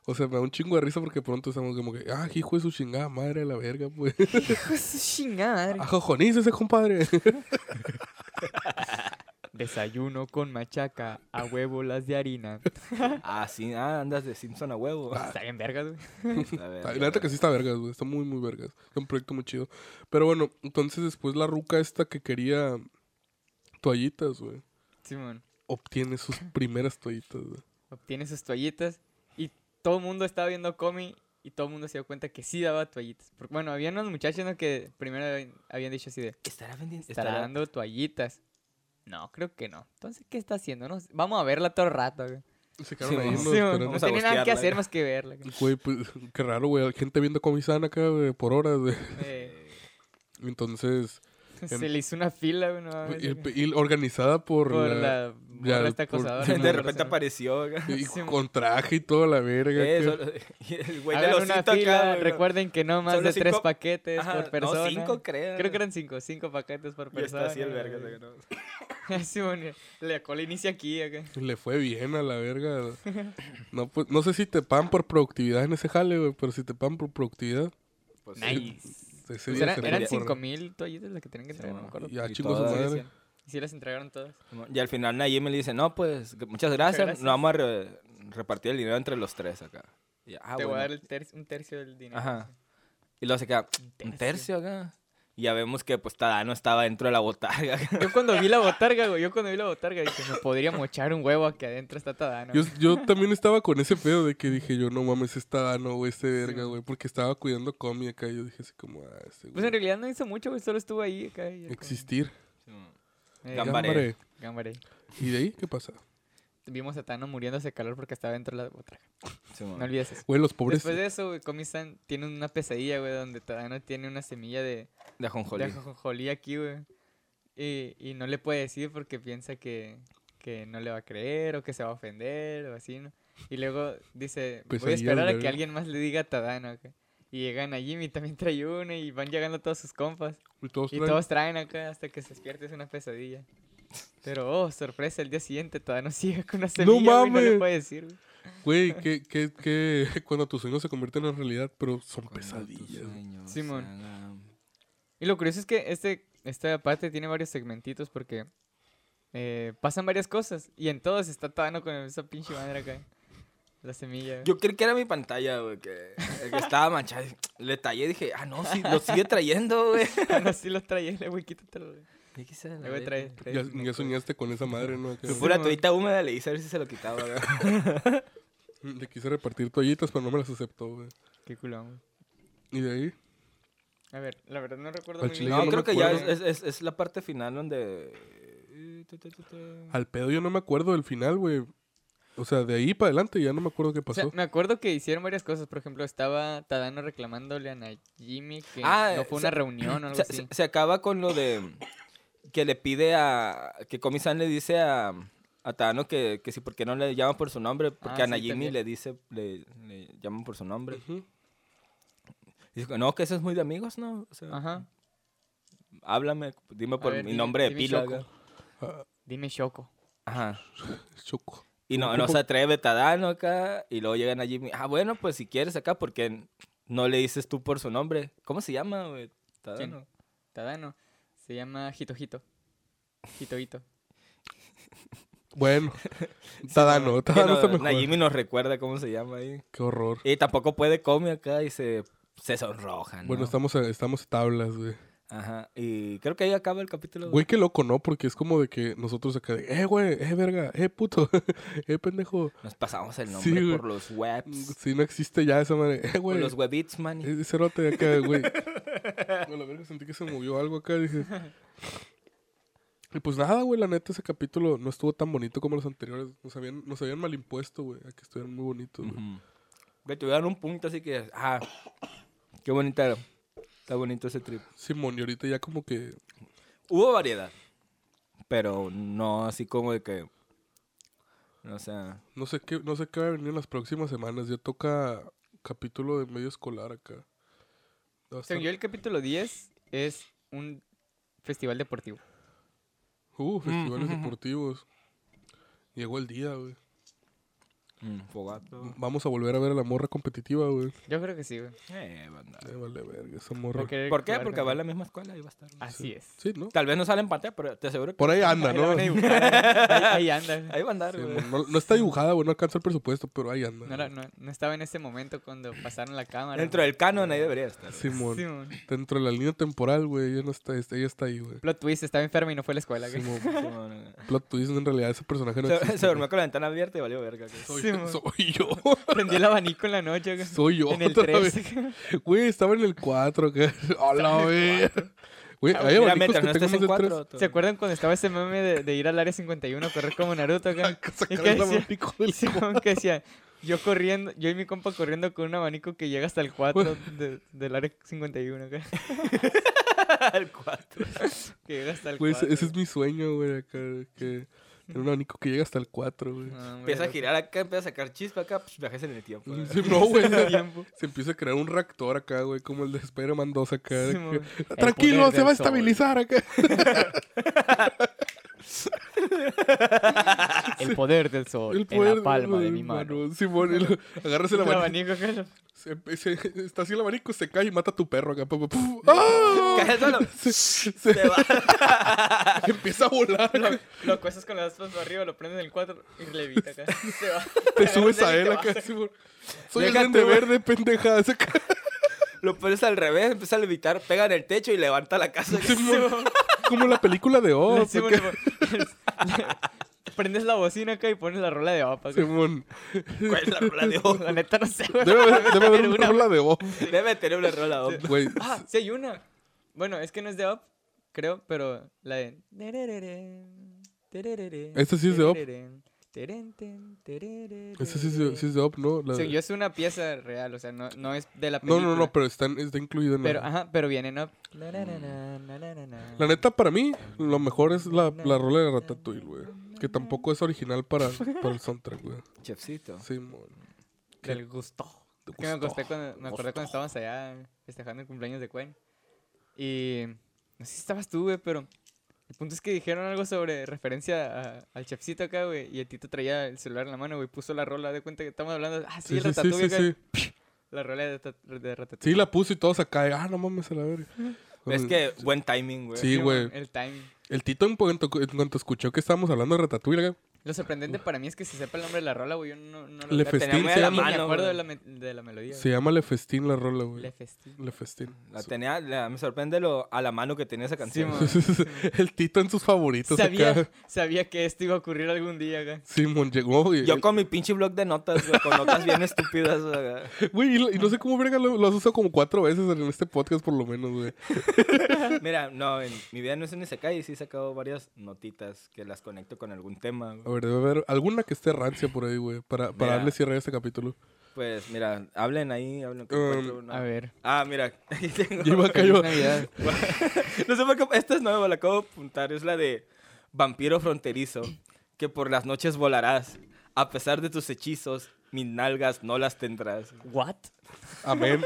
Speaker 2: O sea, me da un chingo de risa porque pronto estamos como que, ah, hijo de su chingada madre a la verga, pues.
Speaker 3: Hijo de su chingada.
Speaker 2: Ah. Ajojonícese, compadre.
Speaker 3: Desayuno con machaca, a huevo las de harina.
Speaker 1: Ah, sí, ah, andas de Simpson a huevo.
Speaker 3: Está bien vergas, güey.
Speaker 1: Está bien,
Speaker 2: Ah, La neta que sí está vergas, güey. Está muy, muy vergas. Es un proyecto muy chido. Pero bueno, entonces después la ruca esta que quería toallitas, güey.
Speaker 3: Simón.
Speaker 2: Obtiene sus primeras toallitas, güey.
Speaker 3: obtiene sus toallitas y todo el mundo estaba viendo Comi y todo el mundo se dio cuenta que sí daba toallitas. Porque, bueno, había unos muchachos ¿no? que primero habían- habían dicho así de,
Speaker 1: Estará vendiendo.
Speaker 3: ¿estará dando toallitas? No, creo que no. Entonces, ¿qué está haciendo? No sé. Vamos a verla todo el rato. Güey.
Speaker 2: Se quedaron
Speaker 1: Sí,
Speaker 2: ahí,
Speaker 1: vamos.
Speaker 2: ¿no?
Speaker 3: Sí,
Speaker 2: Esperando.
Speaker 3: no
Speaker 1: Vamos a
Speaker 3: tenía nada que
Speaker 1: bostearla,
Speaker 3: hacer
Speaker 1: ¿no?
Speaker 3: más que verla. güey.
Speaker 2: Güey, pues, qué raro, güey. Gente viendo comisana acá, güey, por horas, güey.
Speaker 3: Eh,
Speaker 2: Entonces,
Speaker 1: Em,
Speaker 3: se le hizo una fila, güey, no mames,
Speaker 2: y,
Speaker 3: güey.
Speaker 2: y organizada por,
Speaker 3: por
Speaker 2: la-
Speaker 3: la morra
Speaker 2: ya,
Speaker 3: esta
Speaker 2: por-
Speaker 3: acosadora,
Speaker 2: Sí,
Speaker 3: ¿no?
Speaker 1: De
Speaker 2: no,
Speaker 1: repente apareció. acá.
Speaker 2: y
Speaker 3: Sí,
Speaker 2: con traje y toda la verga.
Speaker 1: Eh,
Speaker 2: que-
Speaker 1: solo- y el güey de
Speaker 3: Hagan
Speaker 1: los
Speaker 3: una
Speaker 1: cinco
Speaker 3: fila,
Speaker 1: acá. güey,
Speaker 3: recuerden que no más
Speaker 1: Son
Speaker 3: de
Speaker 1: los
Speaker 3: tres
Speaker 1: cinco-
Speaker 3: paquetes
Speaker 1: Ajá,
Speaker 3: por persona.
Speaker 1: No, cinco, creo.
Speaker 3: Creo que eran cinco, cinco paquetes por
Speaker 1: Y
Speaker 3: persona.
Speaker 1: está así el
Speaker 3: güey.
Speaker 1: verga. acá, ¿no?
Speaker 3: Sí, bueno, la cola inicia aquí. acá.
Speaker 2: Le fue bien a la verga. No, pues, no sé si te pagan por productividad en ese jale, güey, pero si te pagan por productividad.
Speaker 1: Pues sí.
Speaker 3: Nice.
Speaker 2: Ese
Speaker 3: Pues
Speaker 2: día
Speaker 3: era-
Speaker 2: se
Speaker 3: eran
Speaker 2: fue por-
Speaker 3: 5000 toallitas las que tenían que entregar, no me
Speaker 1: bueno.
Speaker 3: acuerdo.
Speaker 2: Ya,
Speaker 1: Y
Speaker 2: chingo su
Speaker 1: todas.
Speaker 3: Sí,
Speaker 2: madre.
Speaker 3: decían. Y sí las entregaron todas.
Speaker 1: Y al final Nayim me le dice, no, pues, que muchas gracias.
Speaker 3: gracias.
Speaker 1: No vamos a re- repartir el dinero entre los tres acá. Y, ah,
Speaker 3: Te voy a
Speaker 1: bueno.
Speaker 3: dar el tercio- un tercio del dinero.
Speaker 1: Ajá. Y luego se queda, un tercio acá. Y ya vemos que, pues, Tadano estaba dentro de la botarga. acá.
Speaker 3: Yo cuando vi la botarga, güey, yo cuando vi la botarga dije, me podría mochar un huevo aquí adentro está Tadano.
Speaker 2: Yo, yo también estaba con ese pedo de que dije yo, no mames, está Dano, güey, este verga,
Speaker 3: man.
Speaker 2: güey, porque estaba cuidando Comi acá. y Yo dije así como, ah, este
Speaker 3: Pues en
Speaker 2: güey.
Speaker 3: realidad no hizo mucho, güey, solo estuvo ahí acá. y era como,
Speaker 2: Existir.
Speaker 3: eh,
Speaker 1: Gamba- Gambaré.
Speaker 2: Gambaré.
Speaker 3: gambaré.
Speaker 2: ¿Y de ahí qué pasa?
Speaker 3: Vimos a Tadano muriéndose de calor porque estaba dentro de la botarga.
Speaker 1: Sí, mo.
Speaker 3: No olvides eso.
Speaker 2: Güey, los pobres.
Speaker 3: Después de eso, güey, Comi-san tiene una pesadilla, güey, donde Tadano tiene una semilla de,
Speaker 1: de
Speaker 3: de
Speaker 1: ajonjolí.
Speaker 3: ajonjolí aquí, güey. Y, y no le puede decir porque piensa que, que no le va a creer o que se va a ofender o así, ¿no? Y luego dice, voy a
Speaker 2: Pesadillas,
Speaker 3: esperar a que
Speaker 2: verga.
Speaker 3: alguien más le diga a Tadano. acá". Y llegan a Jimmy, también trae una y van llegando todos sus compas.
Speaker 2: Y todos
Speaker 3: Y
Speaker 2: traen-
Speaker 3: todos traen acá hasta que se despierte, es una pesadilla. Pero, oh, sorpresa, el día siguiente Tadano sigue con una semilla, güey, no le
Speaker 2: mames!
Speaker 3: puede decir. güey.
Speaker 2: Güey, que, que, que cuando tus sueños se convierten en realidad, pero son
Speaker 1: Cuando tus
Speaker 2: pesadillas. güey.
Speaker 1: sueños
Speaker 3: Simón.
Speaker 1: se hagan-
Speaker 3: Y lo curioso es que este, esta parte tiene varios segmentitos porque eh, pasan varias cosas y en todos está Tano con esa pinche madre acá. La semilla.
Speaker 1: Yo creí que era mi pantalla, güey, que, que estaba manchada. Le tallé y dije, ah, no, sí, lo sigue trayendo, güey.
Speaker 3: Así lo traía, le güey, quítatelo. güey. Le voy a traer. traer
Speaker 2: Ya,
Speaker 3: el
Speaker 2: ya
Speaker 3: neco.
Speaker 2: soñaste con esa madre, ¿no? Acá,
Speaker 1: Su pura
Speaker 3: Simón.
Speaker 1: toallita húmeda le hice a ver si se lo quitaba, güey.
Speaker 2: Le quise repartir toallitas, pero no me las aceptó, güey.
Speaker 3: Qué culón.
Speaker 2: Y
Speaker 3: güey.
Speaker 2: de ahí,
Speaker 3: A ver, la verdad no recuerdo
Speaker 2: Al
Speaker 3: muy
Speaker 2: chile
Speaker 3: bien.
Speaker 2: yo
Speaker 1: No, creo
Speaker 2: no me
Speaker 1: que ya es,
Speaker 2: acuerdo.
Speaker 1: es, es- es la parte final donde... eh,
Speaker 2: al pedo yo no me acuerdo del final, güey. O sea, de ahí para adelante ya no me acuerdo qué
Speaker 3: O sea,
Speaker 2: pasó.
Speaker 3: me acuerdo que hicieron varias cosas. Por ejemplo, estaba Tadano reclamándole a Najimi que
Speaker 1: Ah,
Speaker 3: no fue
Speaker 1: se-
Speaker 3: una reunión o algo
Speaker 1: Se,
Speaker 3: así.
Speaker 1: se- se acaba con lo de... Que le pide a... Que Komi-san le dice a... A Tano que, que si porque no le llaman por su nombre, porque a
Speaker 3: Ah, sí,
Speaker 1: Najimi
Speaker 3: también.
Speaker 1: le dice, le, le llaman por su nombre.
Speaker 2: Ujú.
Speaker 1: Dice, no, que eso es muy de amigos, ¿no? O sea,
Speaker 3: Ajá.
Speaker 1: háblame, dime por
Speaker 3: Ah. ver,
Speaker 1: mi
Speaker 3: dime-
Speaker 1: nombre de
Speaker 3: dime
Speaker 1: pila.
Speaker 3: Choco.
Speaker 1: acá.
Speaker 2: Ah,
Speaker 3: Dime Shoko.
Speaker 1: Ajá.
Speaker 2: choco.
Speaker 1: Y no,
Speaker 2: Un
Speaker 1: no
Speaker 2: poco-
Speaker 1: se atreve Tadano acá. Y luego llegan a Jimmy. Ah, bueno, pues si quieres acá, porque no le dices tú por su nombre. ¿Cómo se llama, güey? Tadano.
Speaker 3: Tadano. Se llama Hitojito. Hitoito.
Speaker 2: Bueno, Tadano,
Speaker 1: Que
Speaker 2: Tadano
Speaker 1: no-
Speaker 2: está mejor.
Speaker 1: Najimi nos recuerda cómo se llama ahí.
Speaker 2: Qué horror.
Speaker 1: Y tampoco puede comer acá y se, se sonrojan.
Speaker 2: Bueno, estamos, a- estamos tablas, güey.
Speaker 1: Ajá. Y creo que ahí acaba el capítulo.
Speaker 2: Güey, qué loco, ¿no? Porque es como de que nosotros acá de, eh, güey, eh, verga, eh, puto, eh, pendejo.
Speaker 1: Nos pasamos el
Speaker 2: Sí,
Speaker 1: nombre
Speaker 2: güey.
Speaker 1: por los webs.
Speaker 2: Si no existe ya esa madre, eh,
Speaker 1: Por
Speaker 2: güey.
Speaker 1: los webits, man.
Speaker 2: Eh, Ese cerote de acá, güey. A la verga, sentí que se movió algo acá, dije. Y pues nada, güey, la neta, ese capítulo no estuvo tan bonito como los anteriores. Nos habían, nos habían mal impuesto, güey, a que estuvieran muy bonitos, güey.
Speaker 1: Ujú. Que tuvieron un punto así que. Ah, qué bonita. Está bonito ese trip.
Speaker 2: Simón, y ahorita ya como que.
Speaker 1: Hubo variedad. Pero no así como de que. O sea.
Speaker 2: No sé qué, no sé qué va a venir en las próximas semanas. Ya toca capítulo de medio escolar acá. Va a estar-
Speaker 3: Según yo, el capítulo 10 es un festival deportivo.
Speaker 2: Uh, festivales
Speaker 1: Mm, ujú, ujú.
Speaker 2: deportivos. Llegó el día, güey.
Speaker 1: Mm, fogato.
Speaker 2: Vamos a volver a ver a la morra competitiva, güey.
Speaker 3: Yo creo que sí, güey.
Speaker 1: Eh, banda.
Speaker 2: Eh, vale, verga, esa
Speaker 3: Va a
Speaker 2: morra.
Speaker 3: querer
Speaker 1: ¿Por qué?
Speaker 3: jugar
Speaker 1: Porque
Speaker 3: contra-
Speaker 1: va a la misma escuela y va a estar.
Speaker 3: Así es.
Speaker 2: Sí, Ah, ¿no?
Speaker 1: Tal vez no sale en pantalla, pero te aseguro que
Speaker 2: Por ahí anda,
Speaker 3: Ahí la
Speaker 2: ¿no?
Speaker 3: van a dibujar, ¿eh? ahí, ahí anda. güey.
Speaker 1: ahí va a andar,
Speaker 2: Sí,
Speaker 1: güey.
Speaker 2: mon, no, no está dibujada, güey, no alcanza el presupuesto, pero ahí anda.
Speaker 3: No, era- no- no estaba en ese momento cuando pasaron la cámara.
Speaker 1: Dentro del canon ahí debería estar. güey.
Speaker 2: Simón.
Speaker 3: Simón.
Speaker 2: Dentro de la línea temporal, güey, ella no está, está- ella está ahí, güey.
Speaker 3: Plot twist, estaba enferma y no fue a la escuela. güey.
Speaker 2: Simón.
Speaker 1: Simón, güey.
Speaker 2: Plot twist, en realidad ese personaje no
Speaker 1: Se,
Speaker 2: existe.
Speaker 1: se durmió con la ventana abierta y valió verga. güey.
Speaker 2: Soy,
Speaker 3: Simón.
Speaker 2: soy yo.
Speaker 3: Prendió el abanico en la noche. güey.
Speaker 2: Soy yo
Speaker 3: En el
Speaker 2: otra
Speaker 3: 3.
Speaker 2: vez. Güey, estaba en el 4, güey. Hola, güey. Güey, hay
Speaker 1: Mira,
Speaker 2: abanicos
Speaker 1: mientras
Speaker 2: que
Speaker 1: no
Speaker 2: tengo
Speaker 1: estés
Speaker 2: más
Speaker 1: en
Speaker 2: de 3.
Speaker 1: cuatro. todo
Speaker 3: ¿Se
Speaker 1: bien.
Speaker 3: acuerdan cuando estaba ese meme de, de ir al área 51 a correr como Naruto? acá? ¿Y
Speaker 2: Sacar
Speaker 3: qué
Speaker 2: el
Speaker 3: decía?
Speaker 2: abanico del
Speaker 3: Simón, que decía, yo corriendo, yo y mi compa corriendo con un abanico que llega hasta el 4 de- del área 51. acá.
Speaker 1: El cuatro.
Speaker 3: Que llega hasta el
Speaker 2: Güey,
Speaker 3: 4.
Speaker 2: ese, ese es mi sueño, güey, acá, que tener un abanico que llega hasta el 4,
Speaker 3: Ah,
Speaker 2: güey.
Speaker 1: Empieza a girar acá, empieza a sacar chispa acá, pues viajes en el tiempo. güey.
Speaker 2: Sí, no, güey.
Speaker 3: tiempo.
Speaker 2: Se empieza a crear un reactor acá, güey, como el de Spider-Man 2 acá. de
Speaker 3: Simón.
Speaker 2: que, Tranquilo,
Speaker 1: poder
Speaker 2: se
Speaker 1: del
Speaker 2: va a
Speaker 1: sol".
Speaker 2: estabilizar ¿eh? acá.
Speaker 3: El poder del sol
Speaker 2: El poder
Speaker 3: en la palma de
Speaker 2: del
Speaker 3: mi mano.
Speaker 2: Simón, y lo- agarras el
Speaker 3: El
Speaker 2: abanico.
Speaker 3: abanico, acá.
Speaker 2: se- se- está así el abanico, se cae y mata a tu perro acá. pu- pu- pu- ¡Ah!
Speaker 1: Cae al suelo.
Speaker 2: Se- se-
Speaker 1: Se va.
Speaker 2: empieza a volar.
Speaker 3: Lo, lo cuestas con las dos para arriba, lo prendes en el 4 y levita acá. Se va.
Speaker 2: Te subes
Speaker 3: Te
Speaker 2: a él
Speaker 3: vas
Speaker 2: acá. Simón. Soy el
Speaker 1: Déjate,
Speaker 2: gente
Speaker 1: güey.
Speaker 2: verde, pendeja. Se cae.
Speaker 1: Lo pones al revés, empieza a levitar, pega en el techo y levanta la casa.
Speaker 2: Simón. Como la película de Oz.
Speaker 3: Simón,
Speaker 2: acá.
Speaker 3: le- pues, Prendes la bocina acá y pones la rola de vapa. acá.
Speaker 2: Simón.
Speaker 1: ¿Cuál es la rola de
Speaker 3: La
Speaker 1: ojo?
Speaker 3: neta no sé, güey.
Speaker 2: Debe haber, debe haber una
Speaker 3: Alguna-
Speaker 2: rola de Oz.
Speaker 1: Debe tener una rola de ojo.
Speaker 2: Güey,
Speaker 3: Ah, sí hay una. Bueno, es que no es de Up, creo, pero la de... Esta
Speaker 2: Esta sí es de Up. ese sí, es de- sí
Speaker 3: Según
Speaker 2: es de Up, ¿no? La-
Speaker 3: yo es una pieza real, o sea, no, no es de la
Speaker 2: No,
Speaker 3: película.
Speaker 2: no, no, pero está, en- está incluido en la-
Speaker 3: Pero, ajá, pero viene en Up.
Speaker 2: La neta, para mí, lo mejor es la, la rola de Ratatouille, güey. Que tampoco es original para, para el soundtrack, güey.
Speaker 1: Chefcito.
Speaker 2: Sí, mon.
Speaker 3: Del gusto.
Speaker 2: Te
Speaker 3: Que me,
Speaker 2: gustó.
Speaker 3: acosté cuando, me acordé cuando estábamos allá festejando el cumpleaños de Cuen. Y no sé si estabas tú, güey, pero el punto es que dijeron algo sobre referencia a- al chefcito acá, güey. Y el tito traía el celular en la mano, güey. Puso la rola, de cuenta que estamos hablando. Ah, sí,
Speaker 2: Sí,
Speaker 3: el
Speaker 2: sí, sí,
Speaker 3: ratatouille
Speaker 2: sí,
Speaker 3: acá.
Speaker 2: sí.
Speaker 3: La rola de, tat- de ratatouille.
Speaker 2: Sí, la puso y todos acá. y, Ah, no mames, a la verga.
Speaker 1: Es
Speaker 2: Güey,
Speaker 1: que buen timing, güey.
Speaker 2: Sí, güey.
Speaker 3: El timing.
Speaker 2: El Tito, en cuanto, en cuanto escuchó que estábamos hablando de Ratatouille, acá,
Speaker 3: Lo sorprendente para mí es que se sepa el nombre de la rola, güey. Yo no, no lo
Speaker 2: Le
Speaker 1: La
Speaker 2: Festín
Speaker 1: tenía muy
Speaker 2: se
Speaker 1: a la
Speaker 2: llama.
Speaker 1: mano.
Speaker 3: me acuerdo de
Speaker 1: güey.
Speaker 3: la, me- de la melodía.
Speaker 2: se llama Le Festín la rola,
Speaker 3: güey. Le
Speaker 2: güey.
Speaker 3: festín.
Speaker 2: Le Festín.
Speaker 1: La tenía, la- me sorprende lo a la mano que tenía esa canción.
Speaker 3: mo.
Speaker 1: güey.
Speaker 2: el Tito en sus favoritos
Speaker 3: Sabía,
Speaker 2: acá.
Speaker 3: sabía que esto iba a ocurrir algún día, güey.
Speaker 2: Simón llegó, güey.
Speaker 1: Yo con mi pinche blog de notas, güey, con notas bien estúpidas, güey.
Speaker 2: Güey, y lo- y no sé cómo verga lo, lo has usado como cuatro veces en este podcast, por lo menos, güey.
Speaker 1: Mira, no, en mi vida no es un SK y sí he sacado varias notitas que las conecto con algún tema.
Speaker 2: A
Speaker 1: güey.
Speaker 2: ver, debe haber alguna que esté rancia por ahí, güey, para, para
Speaker 1: Mira.
Speaker 2: darle cierre a este capítulo.
Speaker 1: Pues mira, hablen ahí, hablen que
Speaker 2: Um,
Speaker 1: encuentro una.
Speaker 3: A ver.
Speaker 1: Ah, mira, aquí tengo.
Speaker 2: Lleva acá,
Speaker 3: Feliz
Speaker 2: yo-
Speaker 3: Navidad.
Speaker 1: No sé por qué. Esta es nueva, la acabo de apuntar. Es la de Vampiro Fronterizo. Que por las noches volarás. A pesar de tus hechizos, mis nalgas no las tendrás.
Speaker 3: ¿What?
Speaker 2: Amén.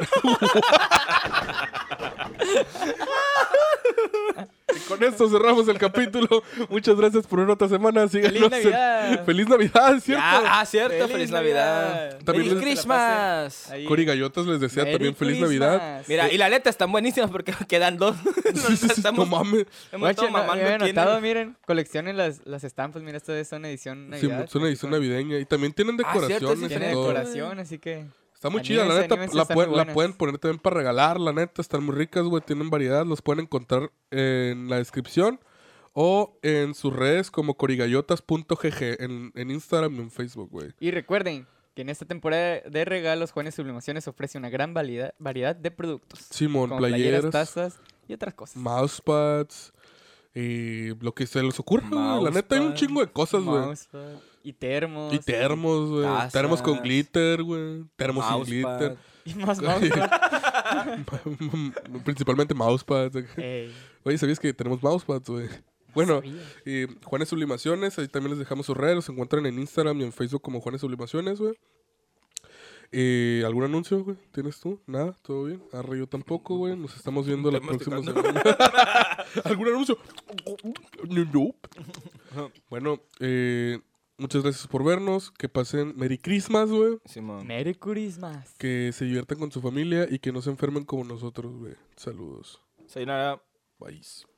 Speaker 2: Y Con esto cerramos el capítulo. Muchas gracias por una otra semana. Síganos. en-
Speaker 3: Navidad!
Speaker 2: ¡Feliz Navidad! ¿cierto?
Speaker 1: Ya, ah, cierto. ¡Feliz,
Speaker 3: ¡Feliz
Speaker 1: Navidad!
Speaker 3: Navidad!
Speaker 2: También
Speaker 1: ¡Feliz
Speaker 2: les-
Speaker 1: Christmas!
Speaker 3: Ahí.
Speaker 2: Cori Gallotas les desea
Speaker 3: Merry
Speaker 2: también feliz Navidad.
Speaker 3: Christmas.
Speaker 1: Mira, y las letras están buenísimas porque quedan dos. Nos estamos,
Speaker 2: no mames.
Speaker 1: hemos estado
Speaker 3: Guache, no,
Speaker 1: mamando
Speaker 3: había
Speaker 1: aquí en el-
Speaker 3: anotado, miren, coleccionen las, las estampas, mira, esto es una edición
Speaker 2: Sí,
Speaker 3: navidad.
Speaker 2: es una edición navideña. Y también tienen
Speaker 1: Ah, cierto, sí,
Speaker 2: decoraciones. y
Speaker 3: Tiene
Speaker 1: navideña.
Speaker 2: todo.
Speaker 3: decoración, así que
Speaker 2: Está muy
Speaker 3: Anímense,
Speaker 2: chida, la neta.
Speaker 3: anímense,
Speaker 2: La,
Speaker 3: están
Speaker 2: pueden-
Speaker 3: muy
Speaker 2: la
Speaker 3: buenas.
Speaker 2: pueden poner también para regalar, la neta. Están muy ricas, güey. Tienen variedad. Los pueden encontrar en la descripción o en sus redes como corigallotas.gg en, en Instagram y en Facebook, güey.
Speaker 3: y recuerden que en esta temporada de regalos Juanes Sublimaciones ofrece una gran valida- variedad de productos,
Speaker 2: Simón,
Speaker 3: como
Speaker 2: playeras,
Speaker 3: tazas y otras cosas.
Speaker 2: mousepads y lo que se les ocurra, güey. La neta, hay un
Speaker 1: Mousepads,
Speaker 2: chingo de cosas, güey.
Speaker 3: Mousepad y termos.
Speaker 2: Y termos, güey. Termos con
Speaker 1: tazas.
Speaker 2: glitter, güey. Termos sin glitter.
Speaker 1: Mousepad.
Speaker 3: y más mousepad.
Speaker 2: Principalmente mousepads.
Speaker 3: Ey,
Speaker 2: Oye, ¿sabías que tenemos mousepads, güey? Bueno,
Speaker 3: sabía.
Speaker 2: y Juanes Sublimaciones, ahí también les dejamos sus redes, los encuentran en Instagram y en Facebook como Juanes Sublimaciones, güey. Eh, ¿Algún anuncio, güey? ¿Tienes tú? ¿Nada? ¿Todo bien? Arre, yo tampoco, güey. Nos estamos viendo la
Speaker 1: Estoy
Speaker 2: próxima semana. ¿Algún anuncio? Nope. Bueno, eh, Muchas gracias por vernos. Que pasen Merry Christmas, güey.
Speaker 1: Simón.
Speaker 3: Merry Christmas.
Speaker 2: Que se diviertan con su familia y que no se enfermen como nosotros, güey. Saludos.
Speaker 1: Sayonara.
Speaker 2: Bye.